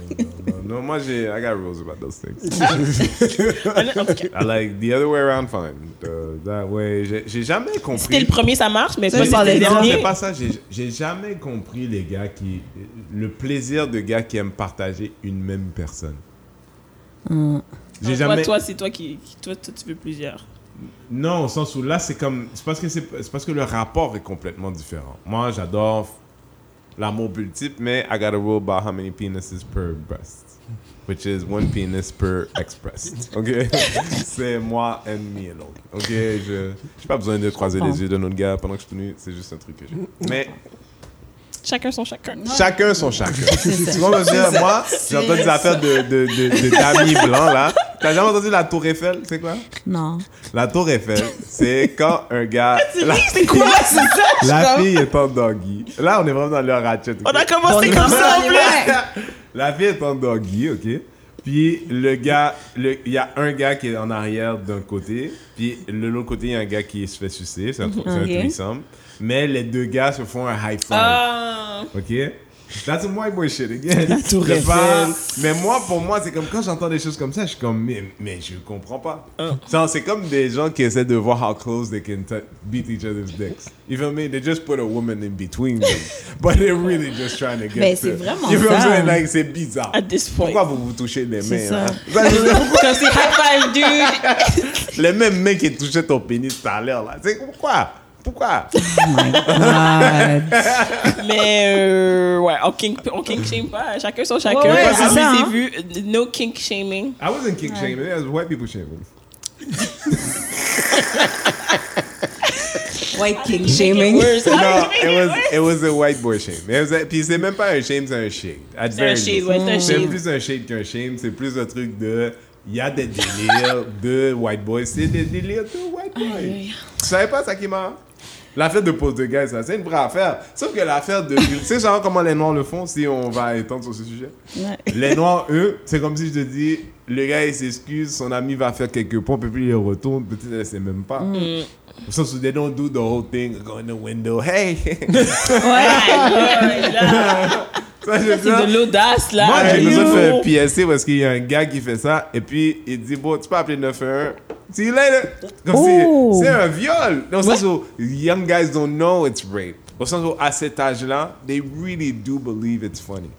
Speaker 1: non, non, moi, j'ai. I got rules about those things.
Speaker 2: [laughs]
Speaker 1: I like the other way around fine. Uh, that way. J'ai- J'ai jamais compris.
Speaker 2: C'était le premier, ça marche, mais
Speaker 4: Ça,
Speaker 2: pas
Speaker 4: je parlais
Speaker 2: c'était le
Speaker 4: de-
Speaker 1: Non,
Speaker 2: dernier.
Speaker 1: Bah, c'est pas ça. J'ai- J'ai jamais compris les gars qui. Le plaisir de gars qui aiment partager une même personne. J'ai
Speaker 2: Toi,
Speaker 1: jamais.
Speaker 2: Toi, c'est toi qui, qui- toi, toi, tu veux plusieurs.
Speaker 1: Non, au sens où là, c'est comme. C'est parce, que c'est c'est parce que le rapport est complètement différent. Moi, j'adore f- l'amour multiple, mais I gotta rule about how many penises per breast. Which is one penis per express. OK? c'est moi and me alone. OK? Je j'ai pas besoin de croiser les yeux d'un autre gars pendant que je suis tout nu. C'est juste un truc que j'ai. Mais
Speaker 2: Chacun son chacun.
Speaker 1: Chacun son chacun. Tu vois,
Speaker 4: [laughs] C'est ça.
Speaker 1: monsieur, moi,
Speaker 4: C'est
Speaker 1: j'entends des
Speaker 4: ça.
Speaker 1: affaires de, de, de, de d'amis blancs, là. T'as jamais entendu la tour Eiffel, c'est quoi?
Speaker 4: Non.
Speaker 1: La tour Eiffel, c'est quand un gars... La,
Speaker 4: [laughs] C'est quoi, c'est ça?
Speaker 1: la fille est en doggy. Là, on est vraiment dans le ratchet. ok?
Speaker 2: On a commencé comme ça en plus.
Speaker 1: [laughs] La fille est en doggy, OK? Puis le gars, le- il y a un gars qui est en arrière d'un côté, puis de l'autre côté, il y a un gars qui se fait sucer, c'est un, c'est un
Speaker 4: Ok.
Speaker 1: threesome. Mais les deux gars se font un high five.
Speaker 2: Ah.
Speaker 1: OK? That's some white boy shit again.
Speaker 5: Tour
Speaker 1: Je
Speaker 5: Eiffel.
Speaker 1: parle- mais moi, pour moi, c'est comme quand j'entends des choses comme ça, je suis comme, mais, mais je comprends pas. Ça, C'est comme des gens qui essaient de voir how close they can t- beat each other's dicks. You feel me? They just put a woman in between them. But they're really just trying to get
Speaker 4: Ben, c'est
Speaker 1: to-
Speaker 4: vraiment
Speaker 1: You feel
Speaker 4: ça.
Speaker 1: me? saying? Like, c'est bizarre.
Speaker 2: At this point.
Speaker 1: Pourquoi vous vous touchez les mains?
Speaker 4: ça.
Speaker 1: hein? Ça, je-
Speaker 2: Comme c'est high five, dude.
Speaker 1: les mêmes mains qui touchaient ton pénis tout à l'heure, là. C'est pourquoi? Pourquoi?
Speaker 4: Ah,
Speaker 2: Mais euh, ouais, on kink, on kink shame pas. Chacun son chacun.
Speaker 4: Ouais, ouais,
Speaker 2: Vous
Speaker 4: c'est
Speaker 2: avez
Speaker 4: ça, hein.
Speaker 2: vu, no kink shaming.
Speaker 1: I wasn't kick shaming, it was white people shaming.
Speaker 4: [laughs] white king shaming.
Speaker 2: Worse.
Speaker 1: Non, it was, it was a white boy shame. It was a- Puis c'est même pas un shame, c'est un shade. At
Speaker 2: C'est un
Speaker 1: very
Speaker 2: shade,
Speaker 1: least.
Speaker 2: ouais, c'est un
Speaker 1: C'est
Speaker 2: shade.
Speaker 1: plus un shade qu'un shame, c'est plus un truc de. Il y a des délires de white boy, c'est des délires de white boy. Tu savais pas ça qui m'a. L'affaire de pose de gars, ça, c'est une vraie affaire. Sauf que l'affaire de. [laughs] tu sais, genre comment les noirs le font si on va étendre sur ce sujet?
Speaker 4: Ouais.
Speaker 1: Les noirs, eux, c'est comme si je te dis, le gars, il s'excuse, son ami va faire quelques pompes et puis il retourne, peut-être elle sait même pas.
Speaker 2: Mm.
Speaker 1: So, so they don't do the whole thing, go in the window, hey!
Speaker 2: Ouais, là,
Speaker 1: [laughs] Ça, je veux
Speaker 2: [laughs] c'est
Speaker 1: dire,
Speaker 2: de l'audace là.
Speaker 1: Moi, j'ai besoin de faire un
Speaker 2: Yo.
Speaker 1: PSC parce qu'il y a un gars qui fait ça et puis il dit, bon, tu peux appeler 911. See you later. Comme
Speaker 4: Oh.
Speaker 1: si c'est un viol. Dans le sens où young guys don't know it's rape. Au sens où à cet âge-là, they really do believe it's funny.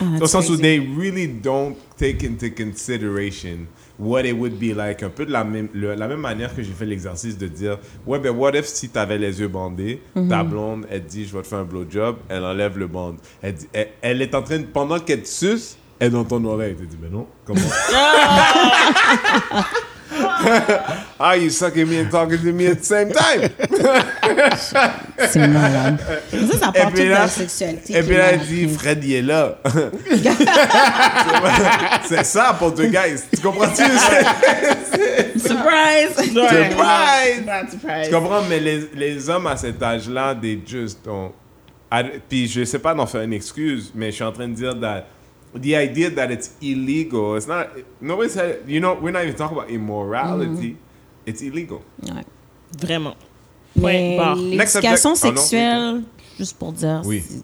Speaker 4: Ah,
Speaker 1: Dans le sens où
Speaker 4: crazy.
Speaker 1: they really don't take into consideration what it would be like. Un peu de la même, le- la même manière que j'ai fait l'exercice de dire Ouais, ben, what if si t'avais les yeux bandés, ta blonde, elle dit Je vais te faire un blowjob, elle enlève le bande. Elle, dit- elle, elle est en train de, pendant qu'elle te suce, elle est dans ton oreille. Tu dis Mais non, comment [laughs] Are Ah, you sucking me and talking to me at the same time
Speaker 4: C'est malade. Ça, ça part tout de la sexualité.
Speaker 1: Et
Speaker 4: qui
Speaker 1: puis
Speaker 4: est
Speaker 1: là, elle
Speaker 4: malade.
Speaker 1: dit, Fred, il est là. c'est ça, pour deux guys. Tu comprends-tu?
Speaker 2: Surprise.
Speaker 1: C'est
Speaker 2: Ouais.
Speaker 1: Pride.
Speaker 2: Not surprise.
Speaker 1: Tu comprends? Mais les, les hommes à cet âge-là, des just ont... ad- Puis je sais pas d'en faire une excuse, mais je suis en train de dire that the idea that it's illegal, it's not... Nobody said... You know, we're not even talking about immorality. It's illegal.
Speaker 4: Ouais.
Speaker 2: Vraiment. Point
Speaker 4: Mais
Speaker 2: barre.
Speaker 1: Next
Speaker 4: l'éducation
Speaker 1: subject. Oh non,
Speaker 4: sexuelle, juste pour dire,
Speaker 1: Oui.
Speaker 4: c'est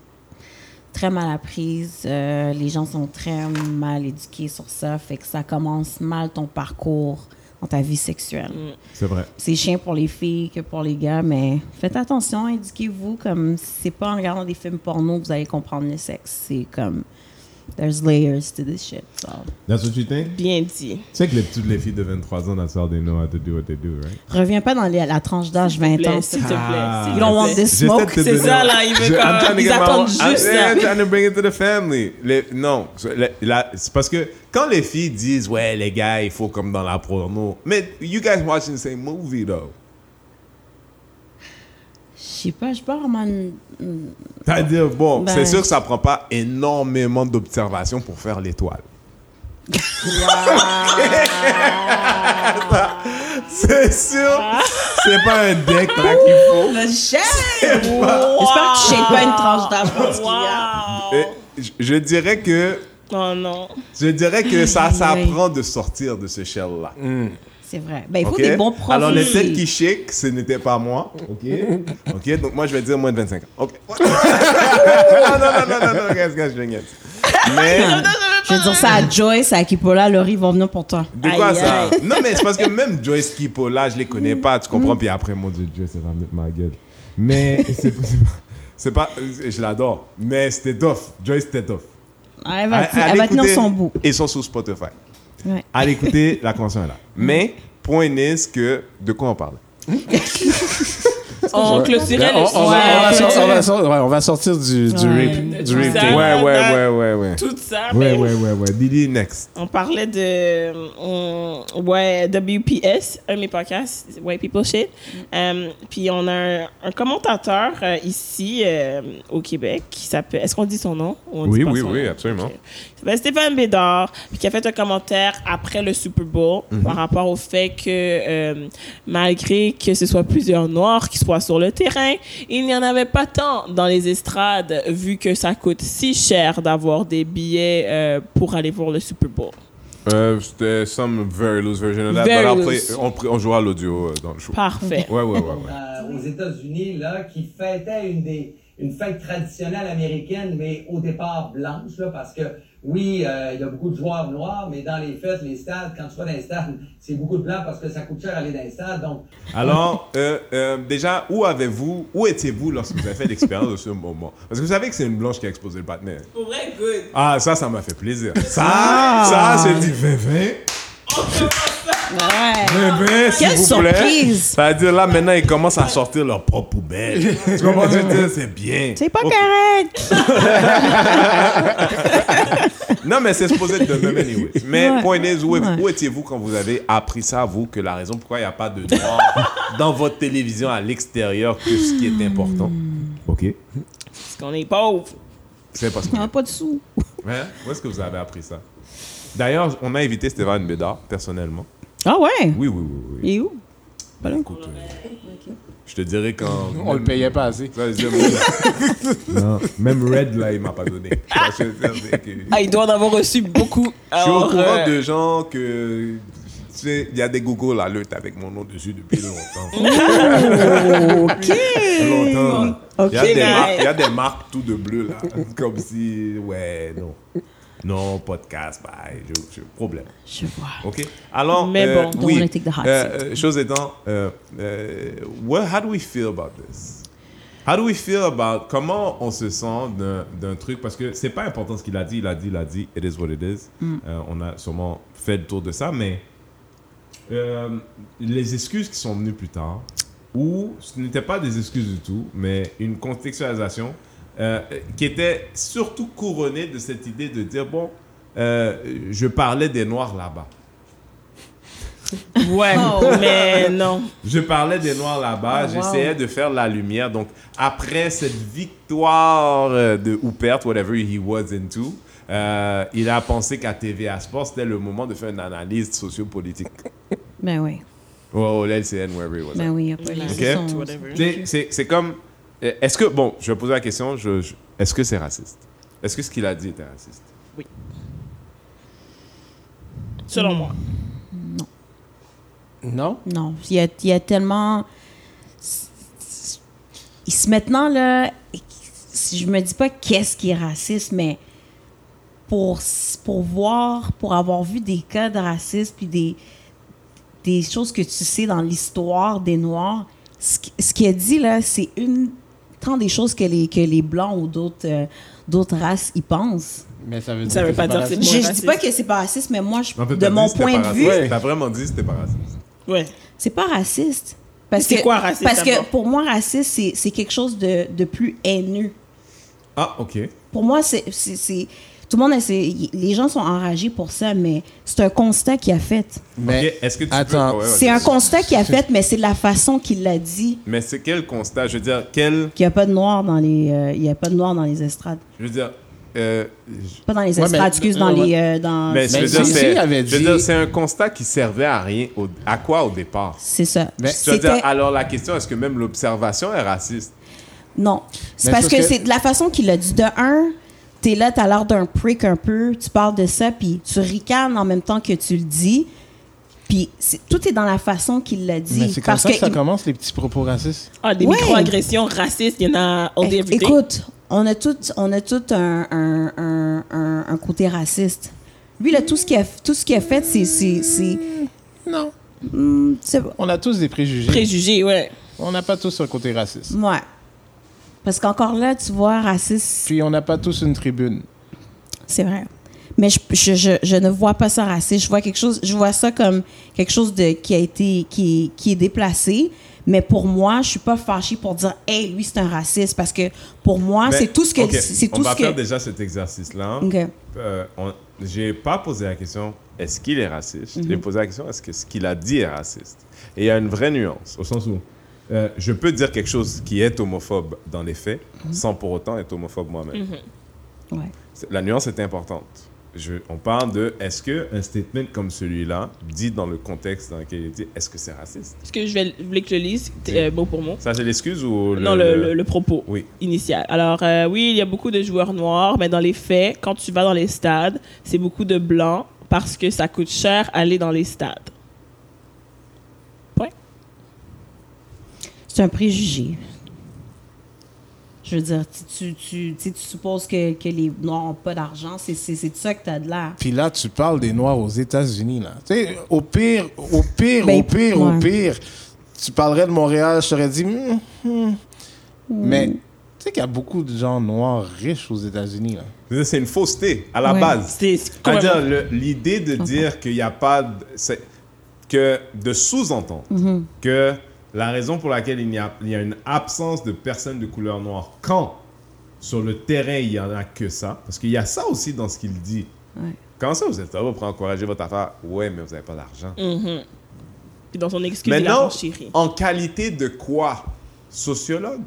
Speaker 4: très mal apprise. Euh, les gens sont très mal éduqués sur ça. Fait que ça commence mal ton parcours dans ta vie sexuelle.
Speaker 2: Mm.
Speaker 1: C'est vrai.
Speaker 4: C'est chiant pour les filles que pour les gars, mais faites attention, éduquez-vous. Comme c'est pas en regardant des films porno que vous allez comprendre le sexe. C'est comme There's layers to this shit. So.
Speaker 1: That's what you think?
Speaker 2: Bien dit.
Speaker 1: Tu sais que les- toutes les filles de 23 ans, that's all they know how to do what they do, right?
Speaker 4: Reviens pas dans les- la tranche d'âge 20 ans.
Speaker 2: S'il te plaît.
Speaker 1: Ah.
Speaker 2: s'il te
Speaker 4: You don't want
Speaker 2: plaît.
Speaker 4: this smoke.
Speaker 2: C'est ça, là, ils veulent
Speaker 1: Je- I'm
Speaker 2: comme-
Speaker 1: trying to
Speaker 2: ils
Speaker 1: get my-
Speaker 2: attendent
Speaker 1: I'm-
Speaker 2: juste
Speaker 1: yeah,
Speaker 2: ça.
Speaker 1: I'm trying to bring it to the family. Les- non, c'est- la- la- c'est parce que quand les filles disent, ouais, les gars, il faut comme dans la porno. Mais you guys watching the same movie, though.
Speaker 4: Je sais pas, je suis pas vraiment.
Speaker 2: [laughs]
Speaker 4: une- une-
Speaker 1: C'est-à-dire, bon,
Speaker 4: Ben.
Speaker 1: c'est sûr que ça prend pas énormément d'observation pour faire l'étoile. [laughs] c'est sûr, c'est pas un deck là qu'il faut.
Speaker 4: Le chef! J'espère que tu shades pas une tranche d'âge particulière.
Speaker 1: Et
Speaker 2: Wow.
Speaker 1: je, je dirais que,
Speaker 2: Oh non.
Speaker 1: je dirais que ça,
Speaker 4: Aïe,
Speaker 1: ça
Speaker 4: aïe.
Speaker 1: apprend de sortir de ce shell là.
Speaker 4: C'est vrai. Ben, il faut
Speaker 1: Ok?
Speaker 4: des bons profils.
Speaker 1: Alors, les têtes qui chic, ce n'était pas moi. OK? [laughs] OK? Donc, moi, je vais dire moins de 25 ans. OK. [laughs] non, non, non, non, non, guys, guys, je gueule.
Speaker 4: [laughs]
Speaker 1: Mais,
Speaker 4: Je veux dire ça à Joyce, à Kipola, Laurie, ils vont venir pour toi.
Speaker 1: de quoi
Speaker 2: Aïe,
Speaker 1: ça?
Speaker 2: aïe.
Speaker 1: Non, mais c'est parce que même Joyce Kipo, là, je les connais
Speaker 4: Mm.
Speaker 1: pas, tu comprends? Puis après, mon Dieu, Joyce, ça va me mettre ma gueule. Mais, [laughs] c'est c'est pas, euh, je l'adore. Mais c'était tough. Joyce, c'était tough.
Speaker 4: Elle va,
Speaker 1: À- à
Speaker 4: elle va
Speaker 1: l'écouter,
Speaker 4: tenir son bout.
Speaker 1: Ils sont sur Spotify.
Speaker 4: Ouais.
Speaker 1: À l'écouter, la convention est là. [laughs] Mais, point est que, de quoi on parle?
Speaker 4: Oh.
Speaker 2: On
Speaker 5: Ouais.
Speaker 2: clôturait
Speaker 5: on,
Speaker 2: le
Speaker 5: Ben, on va- on va
Speaker 2: Ouais.
Speaker 5: sor- on va sor- ouais, on va sortir du, du
Speaker 4: Ouais.
Speaker 5: rape, du
Speaker 2: Ouais.
Speaker 5: rape
Speaker 2: Ça
Speaker 5: tape.
Speaker 2: va, ça-
Speaker 1: ouais, ouais.
Speaker 2: Tout ça. ben,
Speaker 1: Ouais,
Speaker 2: mais
Speaker 1: ouais, ouais, ouais. Didi, next.
Speaker 2: On parlait de euh, on- ouais, WPS, un de mes podcasts, White People Shit. Euh, puis on a un, un commentateur euh, ici euh, au Québec qui s'appelle. Est-ce qu'on dit son nom? Ou on
Speaker 1: Oui,
Speaker 2: dit pas
Speaker 1: oui,
Speaker 2: son
Speaker 1: oui,
Speaker 2: nom?
Speaker 1: absolument.
Speaker 2: Ok. Il s'appelle Stéphane Bédard, puis qui a fait un commentaire après le Super Bowl
Speaker 1: Mm-hmm.
Speaker 2: par rapport au fait que euh, malgré que ce soit plusieurs Noirs qui soient sur le terrain, il n'y en avait pas tant dans les estrades vu que ça coûte si cher d'avoir des billets euh, pour aller voir le Super Bowl.
Speaker 1: Euh, C'était some very loose version of that,
Speaker 2: Very
Speaker 1: but après,
Speaker 2: loose.
Speaker 1: on, pr- on jouera à l'audio euh, dans le show.
Speaker 2: Parfait.
Speaker 1: Ouais, ouais, ouais. ouais.
Speaker 3: euh, aux États-Unis, là, qui fêtait une des une fête traditionnelle américaine, mais au départ blanche, là, parce que oui, euh, il y a beaucoup de joueurs noirs, mais dans les fêtes, les stades, quand tu vas dans les stades, c'est beaucoup de blancs parce que ça coûte cher aller dans les stades. Donc,
Speaker 1: [laughs] Alors, euh, euh, déjà, où avez-vous, où étiez-vous lorsque vous avez fait l'expérience de ce moment Parce que vous savez que c'est une blanche qui a explosé le patinet.
Speaker 2: Pour vrai, good.
Speaker 1: Ah, ça, ça m'a fait plaisir. Ça, ça, c'est dit 20
Speaker 4: Ouais.
Speaker 1: 20, s'il
Speaker 4: Quelle
Speaker 1: vous plaît.
Speaker 4: surprise.
Speaker 1: Ça veut dire là, maintenant, ils commencent à sortir leur propre poubelle.
Speaker 5: [laughs]
Speaker 1: tu comprends ce que je veux dire? C'est bien.
Speaker 4: C'est pas correct.
Speaker 1: Non, mais c'est supposé être de même, anyway. Mais,
Speaker 4: Ouais.
Speaker 1: point is, où,
Speaker 4: Ouais.
Speaker 1: où étiez-vous quand vous avez appris ça, vous, que la raison pourquoi il n'y a pas de
Speaker 4: [laughs]
Speaker 1: noir dans votre télévision à l'extérieur, que ce qui
Speaker 4: Hmm.
Speaker 1: est important? OK.
Speaker 2: Parce qu'on est pauvre.
Speaker 1: C'est parce que.
Speaker 4: On a pas de sous.
Speaker 1: Hein? Où est-ce que vous avez appris ça? D'ailleurs, on a invité Stéphane Bédard, personnellement.
Speaker 4: Ah ouais?
Speaker 1: Oui, oui, oui. oui.
Speaker 4: Et où?
Speaker 1: Écoute, euh, je te dirai quand.
Speaker 5: On le payait pas assez.
Speaker 1: Ça, je dis, moi, [laughs] non, même Red, là, il m'a pas [laughs] donné. Parce que c'est- que-
Speaker 2: Ah, il doit en avoir reçu beaucoup.
Speaker 1: Je suis au
Speaker 2: Alors,
Speaker 1: courant
Speaker 2: euh,
Speaker 1: de gens que. Tu sais, il y a des gogo la lutte avec mon nom dessus depuis longtemps. [laughs] longtemps. là. Il y, a
Speaker 2: Ok,
Speaker 1: des
Speaker 2: guys.
Speaker 1: marques- il y a des marques tout de bleu, là. Comme si. Ouais, non. Non, podcast, bye. Je, je- problème.
Speaker 4: Je vois.
Speaker 1: OK? Alors.
Speaker 2: Mais
Speaker 1: euh,
Speaker 2: bon.
Speaker 4: Don't
Speaker 1: oui.
Speaker 4: wanna take the hot
Speaker 1: Euh, euh, chose étant, euh, euh, well, how do we feel about this? How do we feel about comment on se sent d'un- d'un truc parce que c'est pas important ce qu'il a dit, il a dit, il a dit, it is what it is.
Speaker 4: Mm.
Speaker 1: Euh, on a sûrement fait le tour de ça, mais euh, les excuses qui sont venues plus tard, ou ce n'étaient pas des excuses du tout, mais une contextualisation euh, qui était surtout couronnée de cette idée de dire bon, euh, je parlais des noirs là-bas.
Speaker 2: Ouais, mais non.
Speaker 1: Je parlais des Noirs là-bas,
Speaker 4: Oh, wow.
Speaker 1: j'essayais de faire la lumière. Donc, après cette victoire euh, de ou perte, whatever he was into, euh, il a pensé qu'à TVA Sports, c'était le moment de faire une analyse
Speaker 4: [laughs]
Speaker 1: sociopolitique.
Speaker 4: Ben oui.
Speaker 1: Oh, l'LCN, wherever he was.
Speaker 4: Ben oui, après les
Speaker 2: Ok.
Speaker 4: sous sont-
Speaker 2: Whatever.
Speaker 1: Tu sais, C'est c'est comme. euh, Est-ce que. Bon, je vais poser la question. je- je- Est-ce que c'est raciste? Est-ce que ce qu'il a dit était raciste?
Speaker 2: Selon moi.
Speaker 5: Non?
Speaker 4: Non, il y a, il y a tellement. Ils se maintenant là. Je me dis pas qu'est-ce qui est raciste, mais pour, s- pour voir, pour avoir vu des cas de racisme puis des, des choses que tu sais dans l'histoire des Noirs, ce, qui- ce qui est dit là, c'est une tant des choses que les, que les Blancs ou d'autres euh, d'autres races y pensent.
Speaker 5: Mais ça veut dire.
Speaker 2: Ça veut
Speaker 5: que
Speaker 2: pas
Speaker 5: c'est
Speaker 2: dire
Speaker 5: la-
Speaker 2: que c'est-
Speaker 4: Je
Speaker 2: Ouais,
Speaker 4: je dis pas
Speaker 2: raciste.
Speaker 4: que c'est pas raciste, mais moi, je-
Speaker 1: En fait,
Speaker 4: de
Speaker 1: t'as
Speaker 4: mon
Speaker 1: dit c'était
Speaker 4: point
Speaker 1: pas
Speaker 4: de vue,
Speaker 1: raciste. T'as vraiment dit que c'était pas raciste.
Speaker 2: Ouais.
Speaker 4: c'est pas raciste. Parce
Speaker 2: C'est
Speaker 4: que-
Speaker 2: quoi raciste,
Speaker 4: Parce que
Speaker 2: d'abord?
Speaker 4: pour moi, raciste, c'est- c'est quelque chose de, de plus haineux.
Speaker 1: Ah, ok.
Speaker 4: Pour moi, c'est. c'est- c'est- Tout le monde, essaie- les gens sont enragés pour ça, mais c'est un constat qu'il a fait.
Speaker 5: Mais
Speaker 1: Ok, est-ce que tu peux-
Speaker 5: attends,
Speaker 1: ouais, ouais.
Speaker 4: C'est un constat qu'il a fait, mais c'est de la façon qu'il l'a dit
Speaker 1: Mais c'est quel constat Je veux dire, quel.
Speaker 4: qu'il n'y a pas de noir dans les, euh, il y a pas de noir dans les estrades.
Speaker 1: Je veux dire. euh, je-
Speaker 4: Pas dans les
Speaker 5: Ouais,
Speaker 4: estrades,
Speaker 5: mais-
Speaker 4: excuse, dans
Speaker 5: ouais.
Speaker 4: les, euh, dans.
Speaker 1: Mais je veux
Speaker 5: mais
Speaker 1: dire,
Speaker 5: si-
Speaker 1: c'est-
Speaker 5: si, il avait
Speaker 1: je veux
Speaker 5: dit-
Speaker 1: dire, c'est un constat qui servait à rien. au- à quoi au départ
Speaker 4: C'est ça.
Speaker 5: Mais-
Speaker 1: Je veux dire,
Speaker 4: C'était
Speaker 1: alors la question, est-ce que même l'observation est raciste
Speaker 4: non, c'est
Speaker 5: Mais
Speaker 4: parce
Speaker 5: c'est
Speaker 4: que,
Speaker 5: parce que-
Speaker 4: c'est de la façon qu'il l'a dit. De un, t'es là, t'as l'air d'un prick un peu. Tu parles de ça, puis tu ricanes en même temps que tu le dis. Puis c'est- tout est dans la façon qu'il l'a dit.
Speaker 5: mais c'est comme
Speaker 4: parce
Speaker 5: ça que ça
Speaker 4: il-
Speaker 5: commence, les petits propos racistes.
Speaker 2: Ah, des
Speaker 4: Ouais.
Speaker 2: micro-agressions racistes, il y en a au
Speaker 4: Éc-
Speaker 2: début.
Speaker 4: Écoute, on a tout, on a tout un, un, un- un- un côté raciste. Lui, là, tout ce qu'il a, tout ce qu'il a fait, c'est- c'est. c'est-
Speaker 5: Non.
Speaker 4: hmm, c'est-
Speaker 5: On a tous des préjugés.
Speaker 2: préjugés, ouais.
Speaker 5: on n'a pas tous un côté raciste.
Speaker 4: Ouais. Parce qu'encore là, tu vois, raciste,
Speaker 5: Puis on n'a pas tous une tribune.
Speaker 4: c'est vrai. Mais je, je, je, je ne vois pas ça raciste. Je vois quelque chose, je vois ça comme quelque chose de qui a été qui, qui est déplacé. Mais pour moi, je suis pas fâchée pour dire, hey, lui, c'est un raciste, parce que pour
Speaker 1: Ben,
Speaker 4: moi, Ah, c'est tout ce que
Speaker 1: ok,
Speaker 4: c'est
Speaker 1: On
Speaker 4: tout
Speaker 1: va
Speaker 4: ce
Speaker 1: faire
Speaker 4: que.
Speaker 1: déjà cet exercice-là.
Speaker 4: Ok.
Speaker 1: Euh, on- J'ai pas posé la question est-ce qu'il est raciste
Speaker 4: Mhm.
Speaker 1: J'ai posé la question est-ce que ce qu'il a dit est raciste Et il y a une vraie nuance, au sens où euh, je peux dire quelque chose qui est homophobe dans les faits,
Speaker 4: Mhm.
Speaker 1: sans pour autant être homophobe moi-même.
Speaker 4: Ouais.
Speaker 1: C'est- La nuance est importante. Je, on parle de est-ce que un statement comme celui-là, dit dans le contexte dans lequel il est dit, est-ce que c'est raciste
Speaker 2: Est-ce que je vais vous voulez que je le lise euh, mot pour mot?
Speaker 1: Ça, c'est l'excuse ou le,
Speaker 2: non, le, le- le propos
Speaker 1: Oui.
Speaker 2: initial. Alors, euh, oui, il y a beaucoup de joueurs noirs, mais dans les faits, quand tu vas dans les stades, c'est beaucoup de blancs parce que ça coûte cher aller dans les stades. Point.
Speaker 4: C'est un préjugé. Je veux dire, tu, tu, tu, tu sais, tu supposes que, que les Noirs n'ont pas d'argent, c'est c'est- c'est de ça que tu as de l'air.
Speaker 5: Puis là, tu parles des Noirs aux États-Unis, là. Tu sais, au pire, au pire,
Speaker 4: Ben,
Speaker 5: au pire,
Speaker 4: ouais.
Speaker 5: au pire, tu parlerais de Montréal, je t'aurais dit... Hum, hum. Mais tu sais qu'il y a beaucoup de gens noirs riches aux États-Unis, là.
Speaker 1: C'est c'est une fausseté à la
Speaker 4: Ouais.
Speaker 1: base.
Speaker 2: C'est c'est
Speaker 1: C'est-à-dire,
Speaker 2: complètement-
Speaker 1: le- l'idée de dire qu'il n'y a pas. De, c'est- que de sous-entendre que la raison pour laquelle il y, a, il y a une absence de personnes de couleur noire quand sur le terrain il n'y en a que ça, parce qu'il y a ça aussi dans ce qu'il dit.
Speaker 4: Ouais.
Speaker 1: Quand ça, vous êtes là pour encourager votre affaire, ouais, mais vous n'avez pas d'argent.
Speaker 2: Mhm. Puis dans son excuse, il a
Speaker 1: Maintenant,
Speaker 2: renchéri.
Speaker 1: en qualité de quoi Sociologue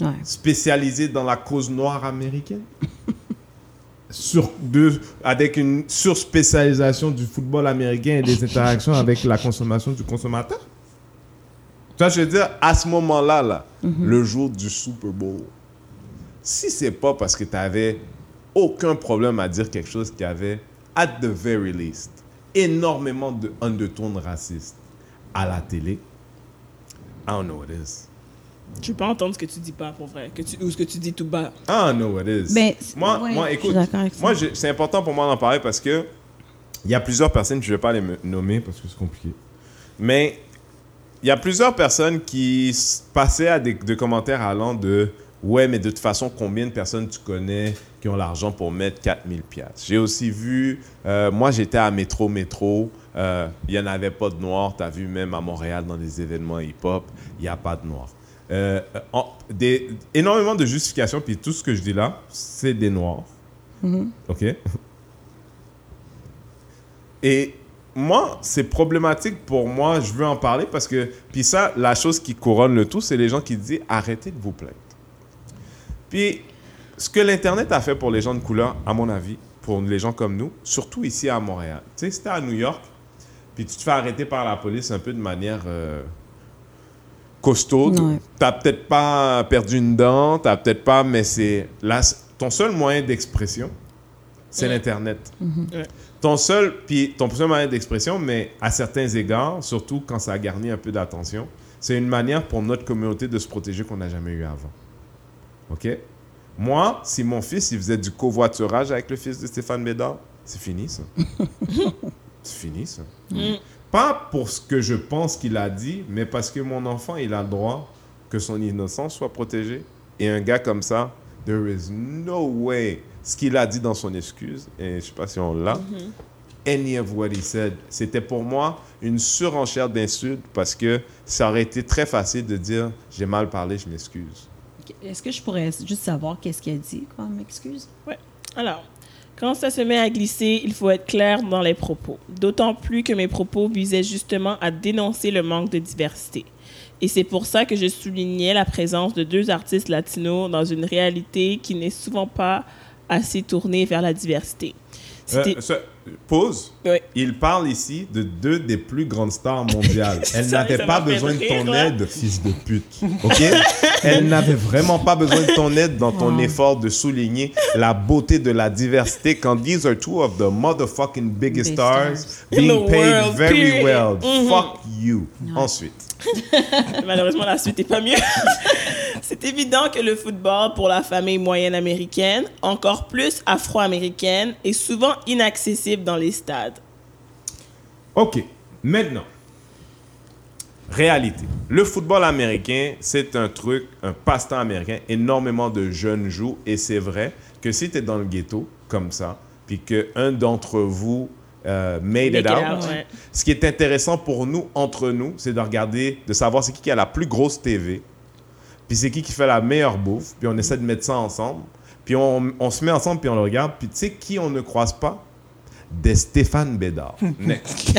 Speaker 4: Ouais.
Speaker 1: spécialisé dans la cause noire américaine sur deux avec une surspécialisation du football américain et des interactions avec la consommation du consommateur. Ça, je veux dire, à ce moment-là, là, le jour du Super Bowl, si c'est pas parce que tu avais aucun problème à dire quelque chose qui avait, at the very least, énormément de undertones racistes à la télé, I don't know what it is.
Speaker 2: Je veux pas entendre ce que tu dis pas, pour vrai, que tu, ou ce que tu dis tout bas.
Speaker 1: Ah non, what is.
Speaker 4: Mais-
Speaker 1: moi,
Speaker 4: Ben, ouais,
Speaker 1: moi,
Speaker 4: je suis
Speaker 1: écoute,
Speaker 4: d'accord avec ça.
Speaker 1: moi, je- c'est important pour moi d'en parler parce que il y a plusieurs personnes, je ne vais pas les me- nommer parce que c'est compliqué, mais il y a plusieurs personnes qui s- passaient à des, des commentaires allant de ouais, mais de toute façon, combien de personnes tu connais qui ont l'argent pour mettre 4000 piastres? J'ai aussi vu, euh, moi, j'étais à Métro Métro, euh, il y n'y en avait pas de noirs. Tu as vu même à Montréal dans les événements hip-hop, il n'y a pas de noirs. Euh, en- des, énormément de justifications, puis tout ce que je dis là, c'est des noirs. OK? [laughs] Et moi, c'est problématique pour moi, je veux en parler parce que, puis ça, la chose qui couronne le tout, c'est les gens qui disent arrêtez de vous plaindre. Puis, ce que l'Internet a fait pour les gens de couleur, à mon avis, pour les gens comme nous, surtout ici à Montréal. Tu sais, si t'es à New York, puis tu te fais arrêter par la police un peu de manière euh, costaude,
Speaker 4: Ouais.
Speaker 1: t'as peut-être pas perdu une dent, t'as peut-être pas, mais c'est là, ton seul moyen d'expression, c'est l'Internet ton seul, puis ton seul moyen d'expression, mais à certains égards, surtout quand ça garnit un peu d'attention, c'est une manière pour notre communauté de se protéger qu'on n'a jamais eu avant. OK? Moi, si mon fils, il faisait du covoiturage avec le fils de Stéphane Bédard, c'est fini, ça. c'est fini, ça. Pas pour ce que je pense qu'il a dit, mais parce que mon enfant, il a le droit que son innocence soit protégée. Et un gars comme ça, There is no way. Ce qu'il a dit dans son excuse, et je sais pas si on l'a, any of what he said, c'était pour moi une surenchère d'insultes parce que ça aurait été très facile de dire j'ai mal parlé, je m'excuse.
Speaker 4: Est-ce que je pourrais juste savoir qu'est-ce qu'il a dit comme excuse?
Speaker 2: Ouais. Alors, quand ça se met à glisser, il faut être clair dans les propos. D'autant plus que mes propos visaient justement à dénoncer le manque de diversité. Et c'est pour ça que je soulignais la présence de deux artistes latinos dans une réalité qui n'est souvent pas assez tournée vers la diversité. C'était-
Speaker 1: Euh, ça- pause.
Speaker 2: Ouais.
Speaker 1: Il parle ici de deux des plus grandes stars
Speaker 2: [laughs]
Speaker 1: mondiales. Elle
Speaker 2: Ça-
Speaker 1: n'avait
Speaker 2: ça
Speaker 1: pas
Speaker 2: m'a fait
Speaker 1: besoin de
Speaker 2: rire,
Speaker 1: ton
Speaker 2: là.
Speaker 1: aide, fils de pute.
Speaker 2: [laughs]
Speaker 1: OK Elle n'avait vraiment pas besoin de ton aide dans ton
Speaker 2: Ah.
Speaker 1: effort de souligner la beauté de la diversité quand these are two of the motherfucking biggest
Speaker 4: Big
Speaker 1: stars
Speaker 2: In
Speaker 1: being
Speaker 2: the
Speaker 1: paid
Speaker 2: world,
Speaker 1: very
Speaker 2: period.
Speaker 1: well.
Speaker 2: Mhm.
Speaker 1: Fuck you. Ensuite.
Speaker 2: Malheureusement, la suite n'est pas mieux. C'est évident que le football pour la famille moyenne américaine, encore plus afro-américaine, est souvent inaccessible dans les stades.
Speaker 1: OK. Maintenant. Réalité. Le football américain, c'est un truc, un passe-temps américain. Énormément de jeunes jouent. Et c'est vrai que si tu es dans le ghetto, comme ça, puis qu'un d'entre vous euh, made it
Speaker 2: Make it
Speaker 1: out,
Speaker 2: out, ouais.
Speaker 1: ce qui est intéressant pour nous, entre nous, c'est de regarder, de savoir c'est qui qui a la plus grosse TV, puis c'est qui qui fait la meilleure bouffe, puis on essaie de mettre ça ensemble, puis on, on se met ensemble, puis on le regarde, puis tu sais qui on ne croise pas Des Stéphane
Speaker 2: [laughs]
Speaker 1: Bédard. Next.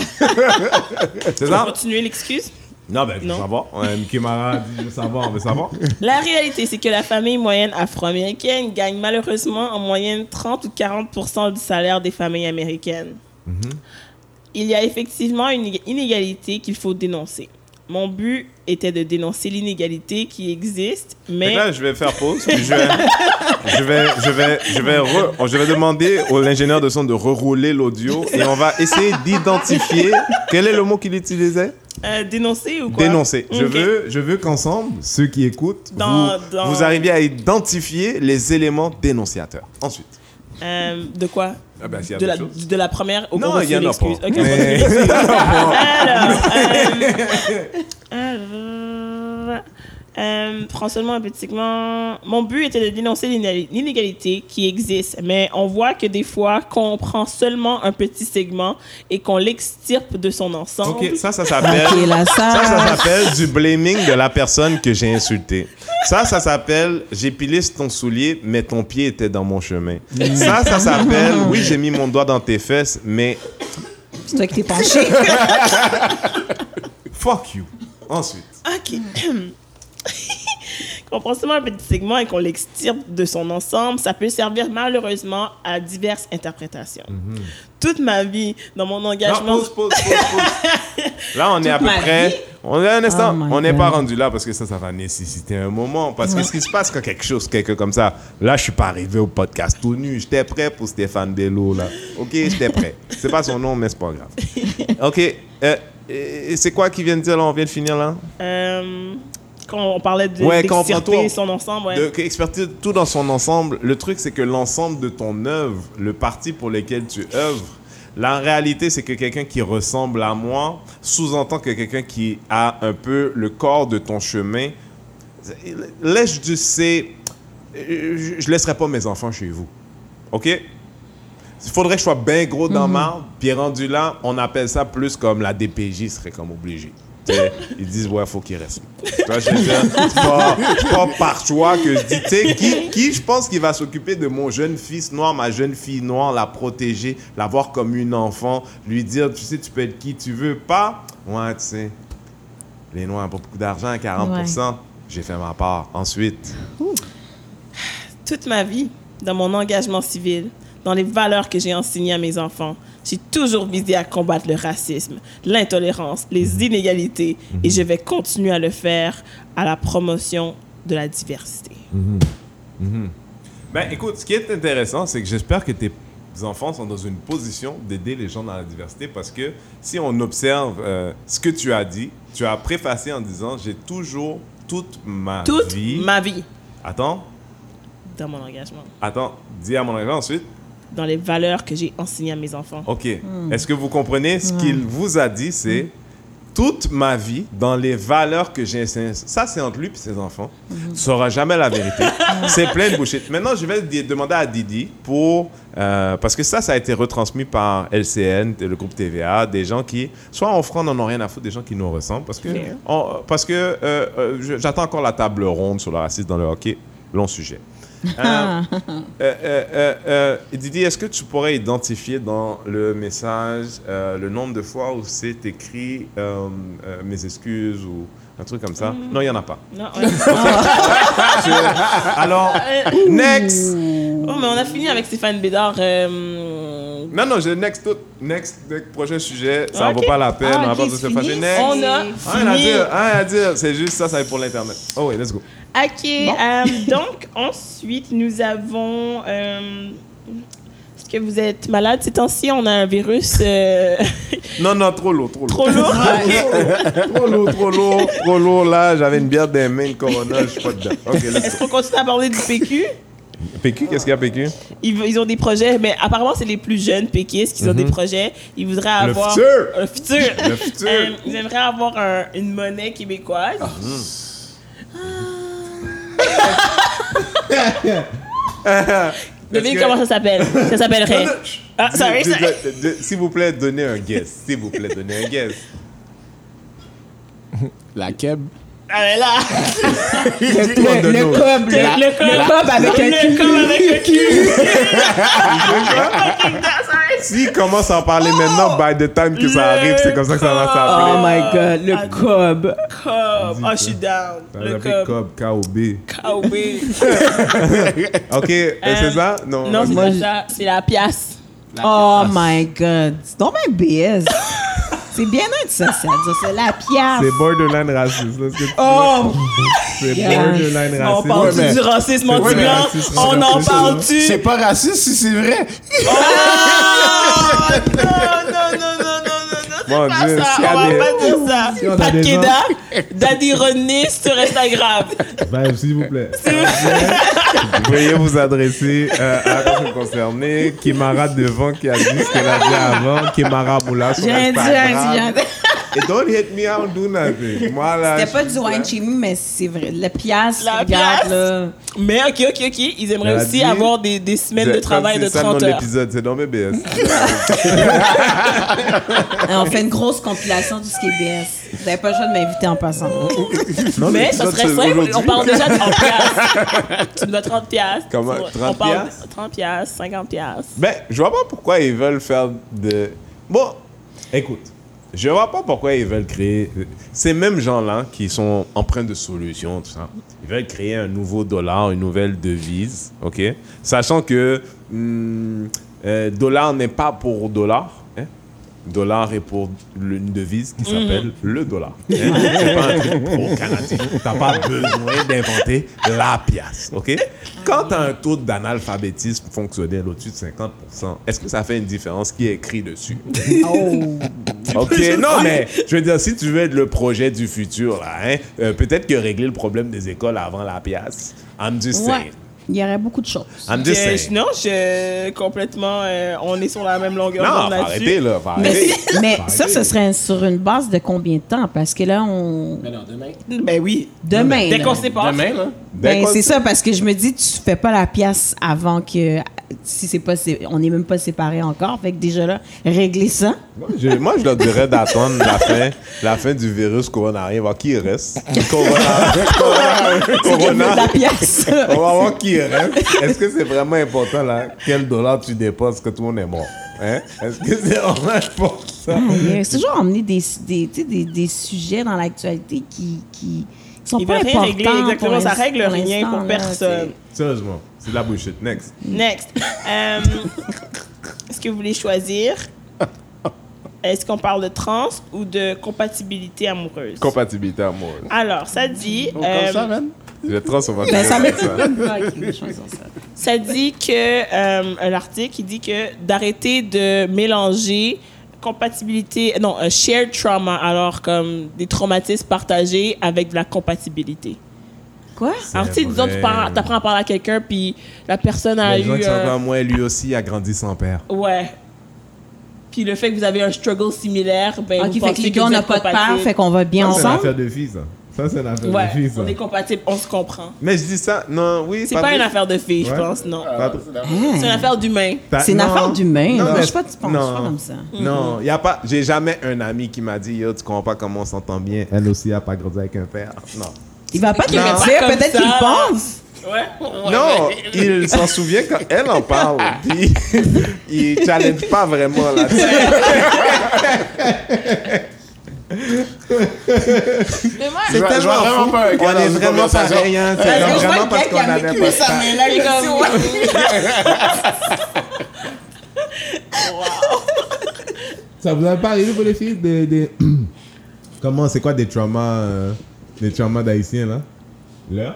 Speaker 1: c'est ça
Speaker 2: Continuez l'excuse.
Speaker 1: Non, ben, je veux
Speaker 2: Non.
Speaker 1: savoir. Ouais, Mickey Mara dit, je veux savoir, on veut savoir.
Speaker 2: La réalité, c'est que la famille moyenne afro-américaine gagne malheureusement en moyenne 30 ou 40 du salaire des familles américaines.
Speaker 1: Mhm.
Speaker 2: Il y a effectivement une iné- inégalité qu'il faut dénoncer. Mon but était de dénoncer l'inégalité qui existe,
Speaker 1: Fait
Speaker 2: mais
Speaker 1: que là, je vais faire pause, puis je vais, je vais, je vais, je vais, re- je vais demander au l'ingénieur de son de rerouler l'audio et on va essayer d'identifier quel est le mot qu'il utilisait.
Speaker 2: euh, dénoncer ou quoi
Speaker 1: Dénoncer. Je
Speaker 2: Ok.
Speaker 1: veux, je veux qu'ensemble, ceux qui écoutent,
Speaker 2: Dans-
Speaker 1: vous,
Speaker 2: dans-
Speaker 1: vous arriviez à identifier les éléments dénonciateurs. Ensuite.
Speaker 2: Euh, de quoi
Speaker 1: Ah ben, s'il y a
Speaker 2: de la,
Speaker 1: d'autres choses.
Speaker 2: de la première au
Speaker 1: Non,
Speaker 2: au-
Speaker 1: il y en a pas.
Speaker 2: l'excuse. Ok,
Speaker 1: Mais-
Speaker 2: [laughs] Alors, euh, alors, euh, prends seulement un petit segment. Mon but était de dénoncer l'iné- l'inégalité qui existe, mais on voit que des fois, qu'on prend seulement un petit segment et qu'on l'extirpe de son ensemble.
Speaker 1: Ok, ça, ça s'appelle.
Speaker 4: Ok, là,
Speaker 1: Ça,
Speaker 4: ça.
Speaker 1: ça s'appelle du blaming de la personne que j'ai insultée. Ça, ça s'appelle j'ai pilé sur ton soulier, mais ton pied était dans mon chemin. Ça, ça s'appelle oui, j'ai mis mon doigt dans tes fesses, mais
Speaker 4: C'est toi qui t'es penché.
Speaker 1: fuck you. Ensuite.
Speaker 2: Ok. [laughs] qu'on prend seulement un petit segment et qu'on l'extirpe de son ensemble, ça peut servir malheureusement à diverses interprétations. Toute ma vie, dans mon
Speaker 1: Mm-hmm. Non,
Speaker 2: engagement.
Speaker 1: pause, pause, pause, pause. Là, on est à peu
Speaker 4: ma vie?
Speaker 1: près. On est un instant.
Speaker 4: Oh my
Speaker 1: on n'est pas
Speaker 4: God.
Speaker 1: rendu là parce que ça, ça va nécessiter un moment. Parce que ce qui se passe quand quelque chose, quelqu'un comme ça, là, je suis pas arrivé au podcast tout nu. J'étais prêt pour Stéphane Bello, là. OK, j'étais prêt. C'est pas son nom, mais c'est pas grave. OK. euh, et c'est quoi qu'ils viennent dire là On vient de finir là
Speaker 2: Euh, quand on parlait de
Speaker 1: Ouais, quand on prend
Speaker 2: d'extirper
Speaker 1: tout-
Speaker 2: son ensemble, ouais.
Speaker 1: de, que expertise tout dans son ensemble. Le truc, c'est que l'ensemble de ton œuvre, le parti pour lequel tu œuvres, la réalité, c'est que quelqu'un qui ressemble à moi sous-entend que quelqu'un qui a un peu le corps de ton chemin. Laisse du c'est. euh, Je je laisserai pas mes enfants chez vous. OK? Il faudrait que je sois bien gros dans ma marde, puis rendu là, on appelle ça plus comme la DPJ serait comme obligé. Tu sais, Ils disent, ouais, faut qu'il reste. Tu vois, je veux dire, c'est pas, c'est pas par choix que je dis, tu sais, qui, qui je pense qui va s'occuper de mon jeune fils noir, ma jeune fille noire, la protéger, la voir comme une enfant, lui dire, tu sais, tu peux être qui tu veux, pas, ouais, tu sais, les noirs n'ont pas beaucoup d'argent, 40%, j'ai fait ma part. Ensuite,
Speaker 2: Toute ma vie, dans mon engagement civil, dans les valeurs que j'ai enseignées à mes enfants, j'ai toujours visé à combattre le racisme, l'intolérance, les
Speaker 1: Mm-hmm.
Speaker 2: inégalités, et je vais continuer à le faire à la promotion de la diversité.
Speaker 1: Ben écoute, ce qui est intéressant, c'est que j'espère que tes enfants sont dans une position d'aider les gens dans la diversité parce que si on observe euh, ce que tu as dit, tu as préfacé en disant j'ai toujours toute ma
Speaker 2: Toute
Speaker 1: vie.
Speaker 2: ma vie
Speaker 1: Attends,
Speaker 2: dans mon engagement,
Speaker 1: attends, dis à mon agent ensuite.
Speaker 2: dans les
Speaker 1: Oh.
Speaker 2: valeurs que j'ai enseignées à mes enfants.
Speaker 1: Ok. Est-ce que vous comprenez ce qu'il vous a dit, c'est toute ma vie dans les valeurs que j'ai enseignées. Ça, c'est entre lui et ses enfants. Tu ne sauras jamais la vérité. c'est plein de bullshit. Maintenant, je vais di- demander à Didi pour. euh, parce que ça, ça a été retransmis par LCN, le groupe TVA, des gens qui, soit en France, n'en ont rien à foutre, des gens qui nous ressemblent. Parce que, on- parce que euh, euh, je- j'attends encore la table ronde sur le racisme dans le hockey. Long sujet. Euh, euh, euh, euh, euh, Didi, est-ce que tu pourrais identifier dans le message euh, le nombre de fois où c'est écrit euh, euh, mes excuses ou un truc comme ça Non, il n'y en a pas.
Speaker 2: Non, ouais.
Speaker 1: Alors,
Speaker 2: Euh,
Speaker 1: next
Speaker 2: oh, mais on a fini avec Stéphane Bédard. euh,
Speaker 1: Non, non, je next, tout- next, next, prochain sujet, ça
Speaker 2: Ok.
Speaker 1: vaut pas la peine,
Speaker 4: Ah,
Speaker 1: on va
Speaker 4: ok,
Speaker 1: pas se
Speaker 4: c'est
Speaker 1: faire
Speaker 4: fini.
Speaker 1: next. Ah,
Speaker 2: on a
Speaker 1: Rien à
Speaker 2: fini.
Speaker 1: dire, rien à dire, c'est juste ça, ça va être pour l'internet. Oh oui, let's go.
Speaker 2: Ok, euh, donc ensuite nous avons. euh, Est-ce que vous êtes malade ces temps-ci On a un virus euh, [laughs]
Speaker 1: Non, non, trop lourd, trop lourd.
Speaker 2: trop lourd.
Speaker 1: [laughs] Trop lourd, trop lourd, trop lourd, là, j'avais une bière des mains, une corona, je suis pas dedans. Ok, let's
Speaker 2: Est-ce
Speaker 1: go.
Speaker 2: qu'on continue à parler du PQ
Speaker 1: PQ, qu'est-ce qu'il y a, PQ
Speaker 2: ils, ils ont des projets, mais apparemment, c'est les plus jeunes péquistes qui ont des projets. Ils voudraient
Speaker 1: Mhm. Le
Speaker 2: avoir.
Speaker 1: futur.
Speaker 2: Un futur.
Speaker 1: Le futur.
Speaker 2: Euh, ils aimeraient avoir un- une monnaie québécoise. Devine
Speaker 1: Est-ce que-
Speaker 2: comment ça s'appelle. Ça s'appellerait.
Speaker 1: Non, non,
Speaker 2: Ah, sorry,
Speaker 1: Dis- dis-
Speaker 2: sorry.
Speaker 1: dis- dis- S'il vous plaît, donnez un guess. S'il vous plaît, donnez un guess.
Speaker 5: La keb.
Speaker 2: Ah, mais là.
Speaker 1: Tout en
Speaker 4: Le,
Speaker 1: donnant.
Speaker 4: le cob, là.
Speaker 2: Le cob.
Speaker 4: Le cob avec un
Speaker 2: Le
Speaker 4: cul.
Speaker 2: cob avec un
Speaker 1: S'il commence à en parler maintenant, by the time que ça
Speaker 2: Le
Speaker 1: arrive, c'est comme ça que ça va
Speaker 4: Oh
Speaker 1: s'appeler.
Speaker 4: my god,
Speaker 2: Ah,
Speaker 4: le cob.
Speaker 2: cob. Oh, je suis down.
Speaker 1: Ça va
Speaker 2: Le
Speaker 1: s'appeler
Speaker 2: cob.
Speaker 1: Cobb, K-O-B.
Speaker 2: Cowboy.
Speaker 1: Ok, euh, c'est ça? Non.
Speaker 2: Non, c'est
Speaker 1: vas-y.
Speaker 2: pas
Speaker 4: Moi,
Speaker 2: ça. C'est la pièce.
Speaker 4: Oh my god. C'est donc bien BS. C'est bien être ça, ça. dire, C'est la
Speaker 1: c'est
Speaker 4: pièce.
Speaker 1: borderline raciste. là, ce que tu dis.
Speaker 4: Oh,
Speaker 1: C'est
Speaker 4: yes.
Speaker 1: borderline
Speaker 2: On
Speaker 1: raciste.
Speaker 2: parle-tu
Speaker 5: Ouais, mais-
Speaker 2: du racisme
Speaker 1: Ouais, mais
Speaker 2: anti-blanc?
Speaker 1: raciste,
Speaker 2: On en
Speaker 1: raciste,
Speaker 2: parle-tu?
Speaker 5: C'est pas raciste si c'est vrai.
Speaker 2: Ah, non, non, non, non, non, non, non, c'est
Speaker 1: Mon
Speaker 2: pas
Speaker 1: Dieu,
Speaker 2: ça.
Speaker 1: si
Speaker 2: On
Speaker 1: on est-
Speaker 2: va pas dire ça.
Speaker 6: si on a
Speaker 2: Pat
Speaker 6: des gens-
Speaker 2: Keda, Daddy René sur Instagram.
Speaker 6: Vibe, s'il vous plaît.
Speaker 1: Veuillez vous adresser euh, à la personne concernée. Kimara devant qui a dit ce qu'elle a dit avant. Kimara Moula sur
Speaker 4: j'ai un dit, j'ai
Speaker 1: Instagram.
Speaker 4: un dit, j'ai un dit.
Speaker 1: Et don't hit me, I don't do nothing. Moi, là,
Speaker 4: C'était
Speaker 1: je-
Speaker 4: pas du wine chimie, mais c'est vrai. La pièce,
Speaker 2: La
Speaker 4: regarde,
Speaker 2: pièce.
Speaker 4: là.
Speaker 2: Mais ok, ok, ok. Ils aimeraient
Speaker 1: Elle a
Speaker 2: aussi
Speaker 1: dit-
Speaker 2: avoir des, des semaines de
Speaker 1: C'est-
Speaker 2: travail de
Speaker 1: c'est ça le nom
Speaker 2: 30 heures.
Speaker 1: l'épisode, c'est dans BBS.
Speaker 2: [laughs]
Speaker 4: Et on fait une grosse compilation du KBS. Vous n'avez pas le choix de m'inviter en passant.
Speaker 2: Mais ça serait simple. On parle déjà de 30
Speaker 1: [laughs]
Speaker 2: piastres. tu me dois 30 piastres.
Speaker 1: Comment,
Speaker 2: Tu vois,
Speaker 1: 30
Speaker 2: On parle
Speaker 1: piastres?
Speaker 2: de 30 piastres, 50 piastres.
Speaker 1: Ben, je vois pas pourquoi ils veulent faire de. Bon, écoute, je vois pas pourquoi ils veulent créer. Ces mêmes gens-là qui sont empreints de solutions, tout ça, ils veulent créer un nouveau dollar, une nouvelle devise, ok? Sachant que hum, euh, dollar n'est pas pour dollar. hein? Dollar est pour le- une devise
Speaker 4: Mm.
Speaker 1: qui s'appelle le
Speaker 4: [laughs]
Speaker 1: dollar. hein? C'est pas un truc pro-canadien. T'as pas besoin d'inventer la pièce, OK? Quand t'as un taux d'analphabétisme fonctionnel au-dessus de 50%, est-ce que ça fait une différence qui est écrit
Speaker 4: [laughs]
Speaker 1: dessus?
Speaker 4: Oh.
Speaker 1: [laughs] OK, non, mais je veux dire, si tu veux être le projet du futur, là, hein, euh, peut-être que régler le problème des écoles avant la pièce, I'm just
Speaker 4: Ouais.
Speaker 1: saying.
Speaker 4: Il y aurait beaucoup de choses.
Speaker 1: I'm just
Speaker 2: Euh,
Speaker 1: saying.
Speaker 2: non, je complètement. euh, on est sur la même longueur
Speaker 1: Non,
Speaker 2: d'onde
Speaker 1: faut
Speaker 2: là-dessus.
Speaker 1: arrêter, là, faut
Speaker 4: Mais,
Speaker 1: arrêter.
Speaker 4: mais ça, ce serait sur une base de combien de temps? Parce que là, on.
Speaker 5: non, demain.
Speaker 2: Ben oui.
Speaker 4: Demain.
Speaker 2: Dès
Speaker 4: là.
Speaker 2: qu'on sépare.
Speaker 5: Demain, là.
Speaker 1: Dès
Speaker 4: Ben,
Speaker 1: qu'on-
Speaker 4: c'est
Speaker 2: euh,
Speaker 4: ça, parce que je me dis, tu fais pas la pièce avant que. Si c'est pas. sé- On n'est même pas séparés encore. Fait que déjà là, régler ça.
Speaker 1: Moi, je, moi, je leur dirais d'attendre la fin, la fin du virus corona. rien, voir qui reste. Corona. corona,
Speaker 4: De
Speaker 2: Ben,
Speaker 1: corona.
Speaker 2: [laughs]
Speaker 4: la pièce.
Speaker 1: On va voir qui reste. Est-ce que c'est vraiment important, là, quel dollar tu dépenses que tout le monde est mort? Hein? Est-ce que c'est vraiment important?
Speaker 4: Aïe, C'est toujours emmener des, des, tu sais, des, des sujets dans l'actualité qui, qui sont
Speaker 2: Ils
Speaker 4: pas
Speaker 2: veulent rien
Speaker 4: importants.
Speaker 2: régler, exactement,
Speaker 4: pour
Speaker 2: ça
Speaker 4: l'ins-
Speaker 2: règle
Speaker 4: pour
Speaker 2: rien
Speaker 4: l'instant,
Speaker 2: pour
Speaker 4: là,
Speaker 2: personne.
Speaker 1: Sérieusement, c'est de la bullshit. Next.
Speaker 2: Next. Euh, Est-ce que vous voulez choisir Est-ce qu'on parle de trans ou de compatibilité amoureuse
Speaker 1: Compatibilité amoureuse.
Speaker 2: Alors, ça dit,
Speaker 5: Oh, Comme
Speaker 2: euh,
Speaker 5: ça, man.
Speaker 1: Je transforme
Speaker 4: Ben, ça
Speaker 1: ça.
Speaker 4: m'étonne pas qu'ils choisissent ça.
Speaker 2: ça dit que euh, l'article qui dit que d'arrêter de mélanger compatibilité, non, euh, shared trauma, alors comme des traumatismes partagés avec de la compatibilité.
Speaker 4: Quoi?
Speaker 2: Alors, tu sais, disons, tu parles- t'apprends à parler à quelqu'un, puis la personne a
Speaker 1: Les gens
Speaker 2: eu.
Speaker 1: qui sont
Speaker 2: euh,
Speaker 1: comme moi, lui aussi a grandi sans père.
Speaker 2: ouais. Puis le fait que vous avez un struggle similaire, ben
Speaker 4: Ok,
Speaker 2: vous
Speaker 4: fait que
Speaker 2: pensez
Speaker 4: les
Speaker 2: que
Speaker 4: gars,
Speaker 2: vous
Speaker 4: on n'a
Speaker 2: êtes
Speaker 4: pas de peur,
Speaker 2: compatibles.
Speaker 4: fait qu'on va
Speaker 1: Ça,
Speaker 4: bien
Speaker 1: c'est
Speaker 4: ensemble.
Speaker 1: l'affaire de filles, ça. Ça, c'est l'affaire
Speaker 2: Ouais,
Speaker 1: de filles, ça.
Speaker 2: on est compatibles, on se comprend.
Speaker 1: Mais je dis ça, non, oui.
Speaker 2: C'est pas
Speaker 1: vrai.
Speaker 2: une affaire de filles, je
Speaker 1: Ouais.
Speaker 2: pense, non.
Speaker 1: Pas vrai.
Speaker 4: Ah.
Speaker 2: C'est une affaire d'humain.
Speaker 1: T'as-
Speaker 4: C'est une
Speaker 1: Bah, non.
Speaker 4: affaire d'humain.
Speaker 1: Non,
Speaker 4: Non,
Speaker 1: mais-
Speaker 4: je sais pas, tu penses
Speaker 1: non.
Speaker 4: pas comme ça.
Speaker 1: Non, y a pas. J'ai jamais un ami qui m'a dit, yo, tu comprends pas comment on s'entend bien. Elle aussi a pas grandi avec un père. Non.
Speaker 4: Il va pas te le
Speaker 1: Non.
Speaker 4: dire,
Speaker 2: Pas comme
Speaker 4: peut-être
Speaker 2: ça,
Speaker 4: qu'il
Speaker 2: là.
Speaker 4: le pense.
Speaker 2: Ouais.
Speaker 1: non, il s'en souvient quand elle en parle. Puis il challenge pas vraiment là-dessus.
Speaker 4: Mais moi,
Speaker 1: C'est
Speaker 5: Je vois- je
Speaker 1: tellement
Speaker 5: vois vraiment
Speaker 1: fou.
Speaker 5: pas un gars
Speaker 1: On
Speaker 5: dans
Speaker 1: est
Speaker 5: une
Speaker 1: vraiment pas
Speaker 5: conversation.
Speaker 1: rien. C'est
Speaker 4: Parce que je vois
Speaker 1: vraiment
Speaker 4: le gars
Speaker 1: parce
Speaker 4: qui
Speaker 1: qu'on
Speaker 4: a
Speaker 1: avait
Speaker 4: vécu
Speaker 1: pas.
Speaker 4: ça, [laughs] mais là,
Speaker 2: C'est
Speaker 4: comme-
Speaker 1: Ça vous a pas arrivé pour les filles des. des- [coughs] Comment, c'est quoi des traumas. euh, des traumas d'haïtiens là Là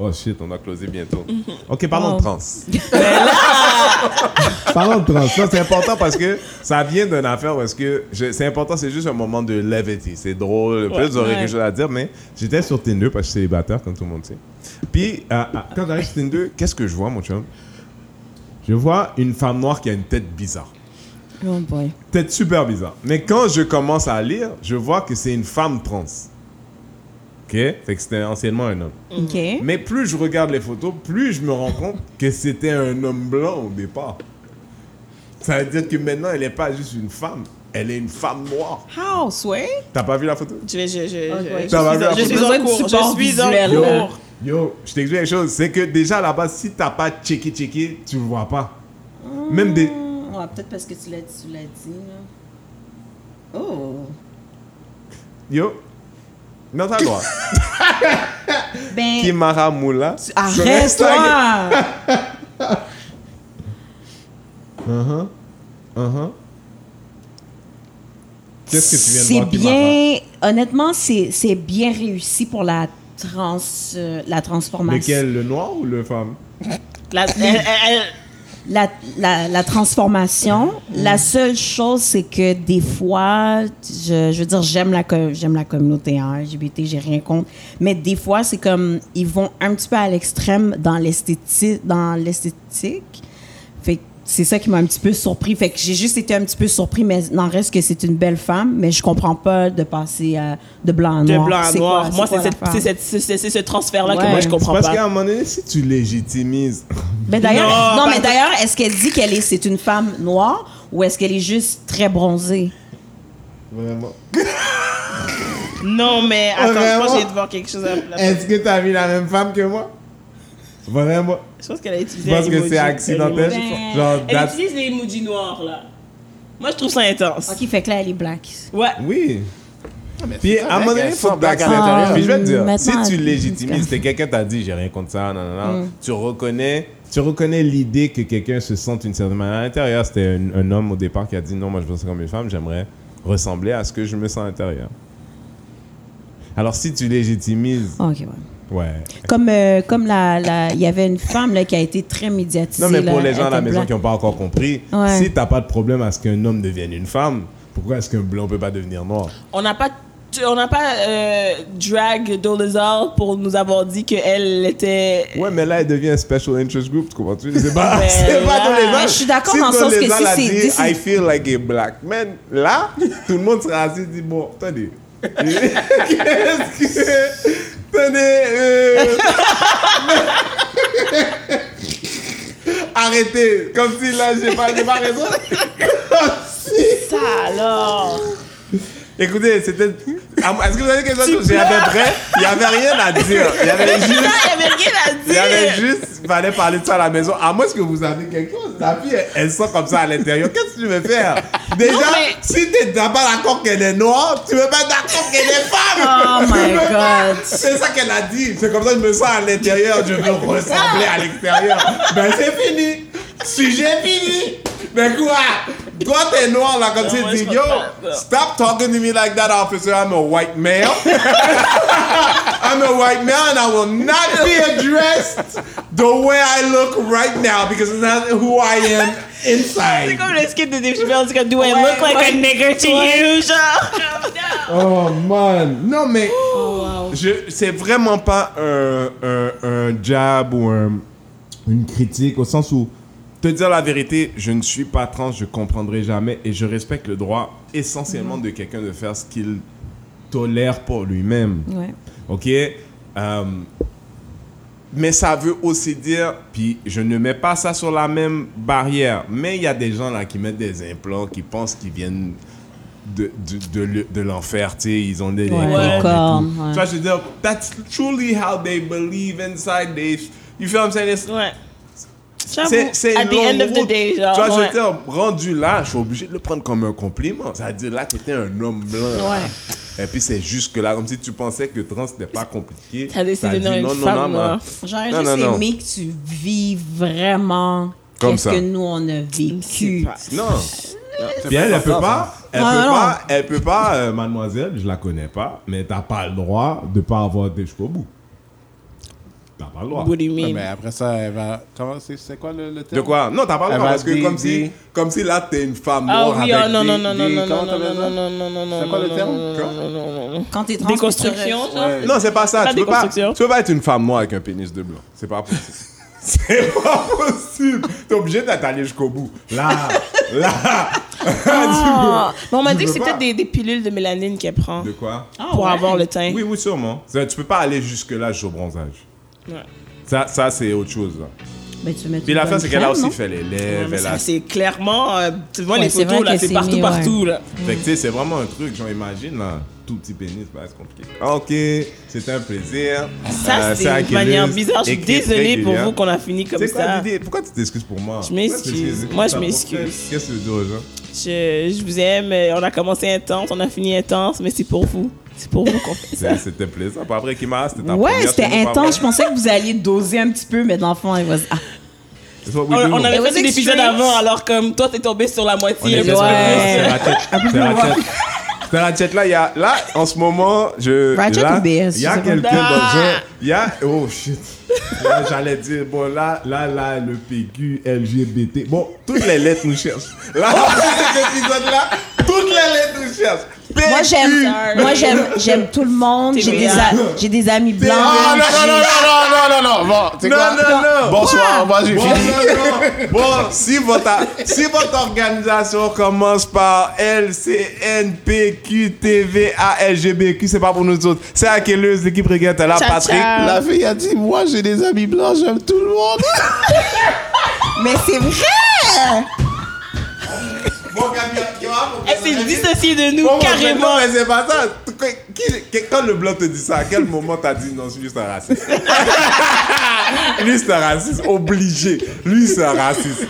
Speaker 1: Oh shit, on a closé bientôt. Mm-hmm. Ok, parlons
Speaker 4: Oh.
Speaker 1: de
Speaker 2: [laughs]
Speaker 1: trans. [laughs] parlons de trans. Ça, c'est important parce que ça vient d'une affaire où est-ce que. je- C'est important, c'est juste un moment de levity. C'est drôle. Peut-être vous aurez
Speaker 2: Ouais.
Speaker 1: quelque chose à dire, mais j'étais sur Tinder parce que je suis célibataire, comme tout le monde sait. Puis, à- à- quand j'arrive sur Tinder, qu'est-ce que je vois, mon chum Je vois une femme noire qui a une tête bizarre.
Speaker 4: Oh boy.
Speaker 1: C'était super bizarre. Mais quand je commence à lire, je vois que c'est une femme trans. OK? Fait que c'était anciennement un homme.
Speaker 4: OK.
Speaker 1: Mais plus je regarde les photos, plus je me rends compte que c'était un homme blanc au départ. Ça veut dire que maintenant, elle n'est pas juste une femme. Elle est une femme noire.
Speaker 2: Mm.
Speaker 4: House, ouais.
Speaker 1: T'as pas vu la photo?
Speaker 2: Je, vais- je, je, je,
Speaker 4: ouais.
Speaker 2: je
Speaker 1: Ça va
Speaker 2: suis
Speaker 1: bien.
Speaker 2: en- je suis
Speaker 4: Besoin
Speaker 2: en
Speaker 4: de
Speaker 2: cours.
Speaker 4: support
Speaker 2: Je suis en
Speaker 4: visuel, là.
Speaker 2: cours.
Speaker 1: Yo, je t'explique une chose. C'est que déjà là-bas, si t'as pas checké, checké, tu le vois pas. Même des...
Speaker 4: Ouais, peut-être parce que tu l'as tu l'as dit, là. Oh.
Speaker 1: Yo. Non,
Speaker 4: [coughs]
Speaker 1: t'as le droit.
Speaker 4: Ben,
Speaker 1: Kimara Moula. sur Instagram.
Speaker 4: arrête-toi!
Speaker 1: Uh-huh. Uh-huh. Qu'est-ce que tu viens de
Speaker 4: C'est
Speaker 1: voir qui marche?
Speaker 4: bien... Honnêtement, c'est c'est bien réussi pour la trans... euh, la transformation.
Speaker 1: Lequel, le noir ou le femme
Speaker 2: La- elle- elle- elle-
Speaker 4: la, la, la transformation.
Speaker 2: Mm.
Speaker 4: La seule chose, c'est que des fois, je, je veux dire, j'aime la, com- j'aime la communauté hein, LGBT, j'ai rien contre. Mais des fois, c'est comme, ils vont un petit peu à l'extrême dans l'esthétique. Dans l'esthétique. Fait que c'est ça qui m'a un petit peu surpris. Fait que j'ai juste été un petit peu surpris, mais n'en reste que c'est une belle femme. Mais je comprends pas de passer euh, de blanc à
Speaker 2: de
Speaker 4: noir.
Speaker 2: blanc à
Speaker 4: C'est
Speaker 2: noir.
Speaker 4: quoi-
Speaker 2: Moi, c'est
Speaker 4: quoi
Speaker 2: cette-
Speaker 4: l'affaire?
Speaker 2: c'est cette- c'est- c'est ce transfert-là que
Speaker 4: Ouais.
Speaker 2: moi, je comprends
Speaker 1: Parce qu'à
Speaker 2: pas.
Speaker 1: un moment donné, si tu légitimises.
Speaker 4: Mais d'ailleurs,
Speaker 2: Non,
Speaker 4: non,
Speaker 2: pas-
Speaker 4: mais d'ailleurs, est-ce qu'elle dit qu'elle est, c'est une femme noire ou est-ce qu'elle est juste très bronzée?
Speaker 1: Vraiment.
Speaker 2: Non, mais attends, je pense
Speaker 1: Vraiment?
Speaker 2: que j'ai de voir quelque chose à la
Speaker 1: Est-ce que t'as mis la même femme que moi Vraiment.
Speaker 2: Je pense qu'elle a utilisé
Speaker 1: Je pense
Speaker 2: un
Speaker 1: que
Speaker 2: emoji,
Speaker 1: c'est accidentel.
Speaker 2: un emoji.
Speaker 1: Genre,
Speaker 2: Elle
Speaker 1: that's-
Speaker 2: utilise les emojis noirs, là. Moi, je trouve ça intense.
Speaker 4: Ok, fait que là, elle est black.
Speaker 2: Ouais.
Speaker 1: Oui. Puis à un moment donné, il
Speaker 5: qu'elle
Speaker 1: faut
Speaker 5: sorte
Speaker 1: que
Speaker 5: black à
Speaker 1: t'acceptes.
Speaker 4: l'intérieur.
Speaker 1: Puis je vais te
Speaker 4: Ah,
Speaker 1: dire, si
Speaker 4: maintenant,
Speaker 1: tu
Speaker 4: elle- Mm.
Speaker 1: légitimises, c'est quelqu'un t'a dit, j'ai rien contre ça, non, non, non. Tu reconnais, tu reconnais l'idée que quelqu'un se sente une certaine manière à l'intérieur. C'était un, un homme au départ qui a dit, non, moi je me sens comme une femme, j'aimerais ressembler à ce que je me sens à l'intérieur. Alors si tu légitimises,
Speaker 4: Ok, ouais.
Speaker 1: ouais.
Speaker 4: Comme euh, comme la la- il y avait une femme là qui a été très médiatisée.
Speaker 1: Non, mais pour
Speaker 4: là,
Speaker 1: les gens à la
Speaker 4: elle était
Speaker 1: maison
Speaker 4: black.
Speaker 1: qui n'ont pas encore compris,
Speaker 4: Ouais.
Speaker 1: si t'as pas de problème à ce qu'un homme devienne une femme, pourquoi est-ce qu'un blanc peut pas devenir noir
Speaker 2: On n'a pas... tu- On n'a pas euh, drag Dolezal pour nous avoir dit qu'elle était...
Speaker 4: Euh,
Speaker 1: Ouais, mais là, elle devient un special interest group, tu comprends-tu? C'est pas,
Speaker 2: Ben
Speaker 1: [laughs] c'est pas
Speaker 2: là.
Speaker 1: dans les
Speaker 4: Mais je suis d'accord dans le
Speaker 1: dans
Speaker 4: sens
Speaker 1: les
Speaker 4: que
Speaker 1: ans,
Speaker 4: si
Speaker 1: elle a
Speaker 4: c'est-
Speaker 1: dit,
Speaker 4: si c'est-
Speaker 1: I feel like a black man, là, tout le monde sera assis et dit, bon, [laughs] attendez. Qu'est-ce que. Attendez. euh, [laughs] Arrêtez. Comme si là, j'ai pas, j'ai pas raison.
Speaker 2: Ça,
Speaker 1: [laughs]
Speaker 2: alors...
Speaker 1: Écoutez, c'était. Ah, Est-ce que vous avez quelque chose? J'avais prêt. Il y avait rien à dire. Il y avait juste.
Speaker 2: Ah, il y avait rien à dire!
Speaker 1: Il y avait juste, il fallait parler de ça à la maison. À moins que vous avez quelque chose, la fille, elle, elle sent comme ça à l'intérieur. Qu'est-ce que tu veux faire Déjà,
Speaker 2: Non, mais-
Speaker 1: si t'es déjà pas d'accord qu'elle est noire, tu veux pas être d'accord qu'elle est femme
Speaker 2: Ah,
Speaker 4: Oh my god.
Speaker 1: C'est ça qu'elle a dit. C'est comme ça que je me sens à l'intérieur, je veux ressembler à l'extérieur. Ben c'est fini. Sujet fini. Mais quoi Toi, t'es noir là, comme
Speaker 2: Non,
Speaker 1: tu
Speaker 2: Ben, moi,
Speaker 1: dis,
Speaker 2: je
Speaker 1: yo,
Speaker 2: comprends.
Speaker 1: stop talking to me like that, officer. I'm a white male. [laughs] I'm a white man and I will not be addressed the way I look right now because it's not who I am
Speaker 2: C'est
Speaker 1: inside.
Speaker 2: comme le skit de Dave Chappelle, c'est comme, do I look like
Speaker 4: ouais.
Speaker 2: a nigger to you, genre?
Speaker 1: Oh man, non mais je c'est vraiment pas un, un, un jab ou un- une critique au sens où te dire la vérité, je ne suis pas trans, je comprendrai jamais et je respecte le droit essentiellement de quelqu'un de faire ce qu'il tolère pour lui-même.
Speaker 4: Ouais.
Speaker 1: OK? Euh, mais ça veut aussi dire, puis je ne mets pas ça sur la même barrière, mais il y a des gens là qui mettent des implants, qui pensent qu'ils viennent de, de, de, le- de l'enfer, tu sais, ils ont des
Speaker 4: Ouais,
Speaker 1: cornes et
Speaker 4: les
Speaker 1: tout.
Speaker 4: cornes, ouais.
Speaker 1: Tu vois, je veux dire, that's truly how they believe inside they... You feel what I'm saying? It's-
Speaker 2: Ouais.
Speaker 1: c'est, c'est
Speaker 2: At the
Speaker 1: long
Speaker 2: end of the
Speaker 1: route.
Speaker 2: day, genre.
Speaker 1: Tu vois,
Speaker 2: ouais.
Speaker 1: j'étais rendu là, je suis obligé de le prendre comme un compliment. Ça veut dire là, t'étais un homme blanc. Et puis c'est juste que là, comme si tu pensais que trans n'était pas compliqué.
Speaker 2: T'as décidé
Speaker 1: dit
Speaker 2: d'être une femme noire.
Speaker 4: J'aurais
Speaker 1: Non,
Speaker 4: juste
Speaker 1: non, non.
Speaker 4: aimé que tu vives vraiment
Speaker 1: Comme
Speaker 4: qu'est-ce
Speaker 1: ça.
Speaker 4: que nous, on a
Speaker 2: C'est
Speaker 4: vécu.
Speaker 2: pas-
Speaker 1: Non. Bien, elle, elle peut pas. Elle
Speaker 2: Ah,
Speaker 4: Non,
Speaker 1: peut
Speaker 4: non,
Speaker 1: pas, elle peut pas, euh, mademoiselle, je la connais pas, mais t'as pas le droit de pas avoir des cheveux au bout. T'as pas le droit.
Speaker 2: What do you
Speaker 5: Ouais,
Speaker 2: mean?
Speaker 5: mais après ça, elle va. Comment c'est c'est quoi le, le terme
Speaker 1: De quoi Non, t'as pas le
Speaker 5: Elle
Speaker 1: droit
Speaker 5: va
Speaker 1: parce que
Speaker 5: dire-
Speaker 1: comme si,
Speaker 5: dire-
Speaker 1: comme si là t'es une femme
Speaker 2: Ah
Speaker 1: noire
Speaker 2: oui,
Speaker 1: avec
Speaker 2: ah non,
Speaker 1: des-
Speaker 2: non, non, non,
Speaker 5: des-
Speaker 2: non, non,
Speaker 5: comment
Speaker 2: non,
Speaker 5: t'appelles ça
Speaker 2: non, non, non, non, non,
Speaker 5: C'est quoi le
Speaker 2: non,
Speaker 5: terme?
Speaker 2: non, non, non, non, non, non.
Speaker 4: Quand t'es trans,
Speaker 2: Déconstruction,
Speaker 4: tu te-
Speaker 2: genre?
Speaker 5: Ouais.
Speaker 1: Non, c'est pas ça.
Speaker 2: Pas
Speaker 1: tu, peux pas, tu
Speaker 2: déconstruction.
Speaker 1: peux pas être une femme noire avec un pénis de blanc. C'est pas possible. [laughs] c'est pas possible. T'es obligé d'attaler jusqu'au bout. Là, là.
Speaker 2: Ah. Mais on m'a
Speaker 1: [laughs] tu
Speaker 2: dit que
Speaker 1: peux
Speaker 2: c'est
Speaker 1: pas.
Speaker 2: peut-être des, des pilules de mélanine qu'elle prend
Speaker 1: De quoi
Speaker 4: Ah
Speaker 2: pour
Speaker 4: ouais.
Speaker 2: avoir le teint.
Speaker 1: Oui, oui, sûrement. Ça, tu peux pas aller jusque-là jusqu'au bronzage.
Speaker 2: Ouais.
Speaker 1: Ça, ça c'est autre chose. là.
Speaker 4: Ben, tu mets
Speaker 1: Puis
Speaker 4: une
Speaker 1: l'affaire,
Speaker 4: bonne
Speaker 1: c'est qu'elle a
Speaker 4: crème,
Speaker 1: aussi
Speaker 4: non?
Speaker 1: fait les
Speaker 2: Ouais,
Speaker 1: lèvres.
Speaker 2: mais
Speaker 1: elle a-
Speaker 2: ça, c'est clairement. euh, tu vois
Speaker 4: Ouais,
Speaker 2: les
Speaker 4: c'est
Speaker 2: photos,
Speaker 4: vrai
Speaker 2: là,
Speaker 4: que
Speaker 2: c'est
Speaker 4: c'est
Speaker 2: partout,
Speaker 4: mis,
Speaker 2: partout, là.
Speaker 1: Fait que tu sais, c'est vraiment un truc, j'en imagine, là. Tout petit pénis, bah, c'est compliqué. Ah, Ok, c'était un plaisir.
Speaker 2: Ça,
Speaker 1: Euh,
Speaker 2: c'est une
Speaker 1: Achilles,
Speaker 2: manière bizarre. Je suis
Speaker 1: équipe
Speaker 2: désolée pour
Speaker 1: régulière.
Speaker 2: vous qu'on a fini comme
Speaker 1: C'est quoi
Speaker 2: ça.
Speaker 1: l'idée Pourquoi tu t'excuses pour moi
Speaker 2: Je m'excuse.
Speaker 1: Pourquoi tu t'excuses
Speaker 2: Moi, je
Speaker 1: Pourquoi-
Speaker 2: m'excuse.
Speaker 1: Qu'est-ce que tu veux dire aux gens
Speaker 2: Je, je vous aime. euh, On a commencé intense, on a fini intense, mais c'est pour vous. C'est pour vous qu'on fait ça.
Speaker 1: C'est- C'était plaisant. Puis après, Kimara, c'était ta
Speaker 4: Ouais,
Speaker 1: première chez
Speaker 4: c'était
Speaker 1: nous, pas vrai?
Speaker 4: intense. Je pensais que vous alliez doser un petit peu, mais dans le fond, elle was... ah,
Speaker 1: That's what we
Speaker 2: On,
Speaker 1: do.
Speaker 2: on avait
Speaker 4: It was
Speaker 2: fait l'épisode
Speaker 4: extreme.
Speaker 2: avant, alors comme toi, t'es tombé sur la
Speaker 1: On
Speaker 2: moitié.
Speaker 1: est
Speaker 2: un peu
Speaker 1: fait ça.
Speaker 4: Ouais.
Speaker 1: C'est ratchet. C'est ratchet. C'est ratchet. Là, il y a, là, en ce moment, je.
Speaker 4: Ratchet
Speaker 1: là,
Speaker 4: ou BS,
Speaker 1: Il y a
Speaker 4: je sais pas.
Speaker 1: quelqu'un
Speaker 2: Ah.
Speaker 1: dans un. Il y a. Oh shit. Là, J'allais dire, bon, là, là, là, le PQ, LGBT. Bon, toutes les lettres nous cherchent. Là, [laughs] cet épisode-là, toutes les lettres nous cherchent. PQ.
Speaker 4: [laughs] Moi, j'aime moi, j'aime, j'aime tout le monde.
Speaker 2: T'es
Speaker 4: J'ai des,
Speaker 2: bien.
Speaker 4: a- j'ai des amis blancs.
Speaker 5: Ah, non, non, non, non, non, non, non, non, bon, c'est
Speaker 1: Non,
Speaker 5: quoi?
Speaker 1: non, non.
Speaker 5: Bonsoir, moi j'ai
Speaker 1: Bon,
Speaker 5: fini.
Speaker 1: non, non. Bon, si votre, si votre organisation commence par LCNPQTVALGBQ, c'est pas pour nous autres. C'est à quelle heure l'équipe regarde là,
Speaker 2: Ciao,
Speaker 1: Patrick?
Speaker 2: ciao.
Speaker 5: La fille a dit, moi j'ai des amis blancs, j'aime tout le monde.
Speaker 4: Mais c'est vrai!
Speaker 1: Bon, Camille, tu vois,
Speaker 4: Eh,
Speaker 1: faut que-
Speaker 2: Elle s'est dissociée de nous,
Speaker 1: Bon, bon,
Speaker 2: carrément.
Speaker 1: Non, mais c'est pas ça. Qui- qui- qui- Quand le blanc te dit ça, à quel moment t'as dit non, c'est juste un raciste? [laughs] lui, c'est un raciste, obligé. Lui, c'est un raciste.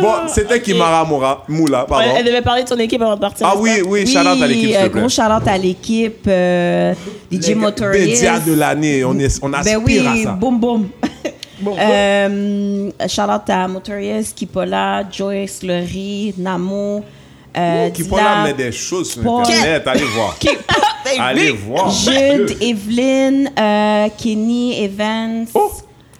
Speaker 1: Bon, c'était
Speaker 4: Ah,
Speaker 1: Kimara Moura, Moula, pardon.
Speaker 2: Elle, elle devait parler de ton équipe avant de partir.
Speaker 1: Ah
Speaker 2: n'est-ce
Speaker 1: oui,
Speaker 2: pas?
Speaker 1: oui,
Speaker 4: Oui,
Speaker 1: shout out à l'équipe, s'il te
Speaker 4: euh,
Speaker 1: plaît.
Speaker 4: Gros shout-out à l'équipe euh, DJ
Speaker 1: Média de
Speaker 4: Motorists.
Speaker 1: l'année, on, est, on aspire
Speaker 4: Ben oui,
Speaker 1: à ça. [laughs]
Speaker 4: boum boum. euh, shout-out à Motorists, Kipola, Joyce, Lurie, Namo, euh,
Speaker 1: Qui prend
Speaker 4: Dila,
Speaker 1: là, met des choses sur
Speaker 4: Paul.
Speaker 1: Internet, allez voir. [laughs] allez voir.
Speaker 4: Jude,
Speaker 1: [laughs]
Speaker 4: Evelyn, euh, Kenny, Evans.
Speaker 1: Oh,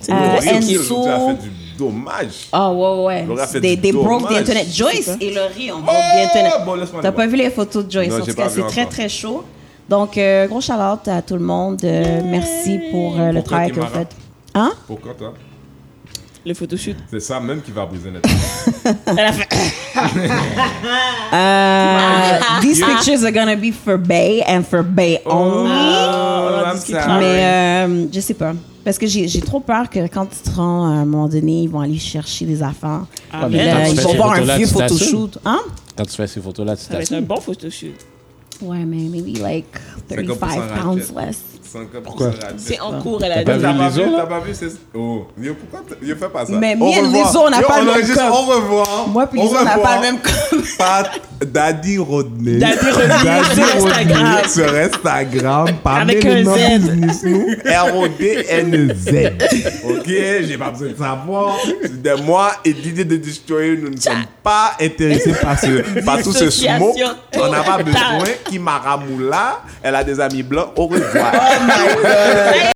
Speaker 4: euh,
Speaker 1: Laurie aussi,
Speaker 4: Enzo.
Speaker 1: Laurie a fait du dommage.
Speaker 4: Ah ouais, ouais,
Speaker 1: Laura a fait
Speaker 4: ouais. Des,
Speaker 1: du
Speaker 4: des broke
Speaker 1: dommage.
Speaker 4: d'Internet. Joyce et Laurie ont broke d'Internet.
Speaker 1: Oh, bon, laisse-moi
Speaker 4: T'as
Speaker 1: aller voir.
Speaker 4: pas vu les photos de Joyce,
Speaker 1: Non,
Speaker 4: en
Speaker 1: j'ai
Speaker 4: tout
Speaker 1: pas
Speaker 4: cas,
Speaker 1: vu
Speaker 4: c'est
Speaker 1: encore.
Speaker 4: très très chaud. Donc, euh, gros shout-out à tout le monde. euh, merci pour euh, le
Speaker 1: Pourquoi
Speaker 4: travail que vous
Speaker 1: Kimara?
Speaker 4: faites. Hein?
Speaker 1: Pourquoi toi
Speaker 2: Le photoshoot.
Speaker 1: C'est ça même qui va briser notre.
Speaker 2: Elle a fait.
Speaker 4: Euh,
Speaker 1: [laughs]
Speaker 4: these pictures are gonna be for Bay and for Bay
Speaker 1: Oh,
Speaker 2: on
Speaker 4: only.
Speaker 2: en
Speaker 1: I'm
Speaker 2: discutera.
Speaker 1: sorry.
Speaker 4: Mais euh, je sais pas. Parce que j'ai j'ai trop peur que quand tu te rends, euh, à un moment donné, ils vont aller chercher des affaires.
Speaker 2: Ah,
Speaker 4: Et
Speaker 2: mais
Speaker 4: là,
Speaker 5: Quand tu
Speaker 4: ils
Speaker 5: fais
Speaker 4: vont
Speaker 5: ces
Speaker 4: voir un
Speaker 5: photos-là,
Speaker 4: vieux
Speaker 5: tu t'assumes.
Speaker 4: photoshoot. Hein?
Speaker 5: Quand tu fais ces photos-là, tu
Speaker 2: Ça va être un bon photoshoot.
Speaker 4: Ouais, mais maybe like
Speaker 1: 35
Speaker 4: 35
Speaker 1: ratchet.
Speaker 4: pounds less.
Speaker 1: Pourquoi
Speaker 2: C'est en cours, elle a
Speaker 5: T'as
Speaker 2: dit.
Speaker 5: pas
Speaker 1: T'as
Speaker 5: vu
Speaker 1: pas
Speaker 5: les
Speaker 1: vu,
Speaker 5: autres,
Speaker 1: t'as
Speaker 5: là
Speaker 1: pas vu, c'est. Oh, yo, pourquoi t- yo, fais pas ça?
Speaker 4: Mais me
Speaker 1: Au
Speaker 4: and
Speaker 1: revoir.
Speaker 4: Lizzo, on n'a
Speaker 1: Yo,
Speaker 4: pas le même
Speaker 1: enregistre,
Speaker 4: code.
Speaker 1: Au revoir.
Speaker 4: Moi, puis
Speaker 1: Au
Speaker 4: Lizzo, on n'a
Speaker 1: revoir.
Speaker 4: pas le même code.
Speaker 1: Pat, Daddy Rodney.
Speaker 2: Daddy Rodney sur
Speaker 1: Rodney
Speaker 2: Instagram.
Speaker 1: Sur Instagram.
Speaker 2: Avec
Speaker 1: parlez
Speaker 2: un
Speaker 1: le nom
Speaker 2: Z.
Speaker 1: business nous. R-O-D-N-Z. OK? J'ai pas besoin de savoir. De moi et l'idée de destroyer, nous ne sommes pas intéressés par,
Speaker 4: [laughs]
Speaker 1: ce, par tout ce
Speaker 2: Dissociation
Speaker 1: smoke. On n'a pas
Speaker 2: totale.
Speaker 4: Oh,
Speaker 1: besoin. Kimara Moula, elle a des amis blancs. Au revoir.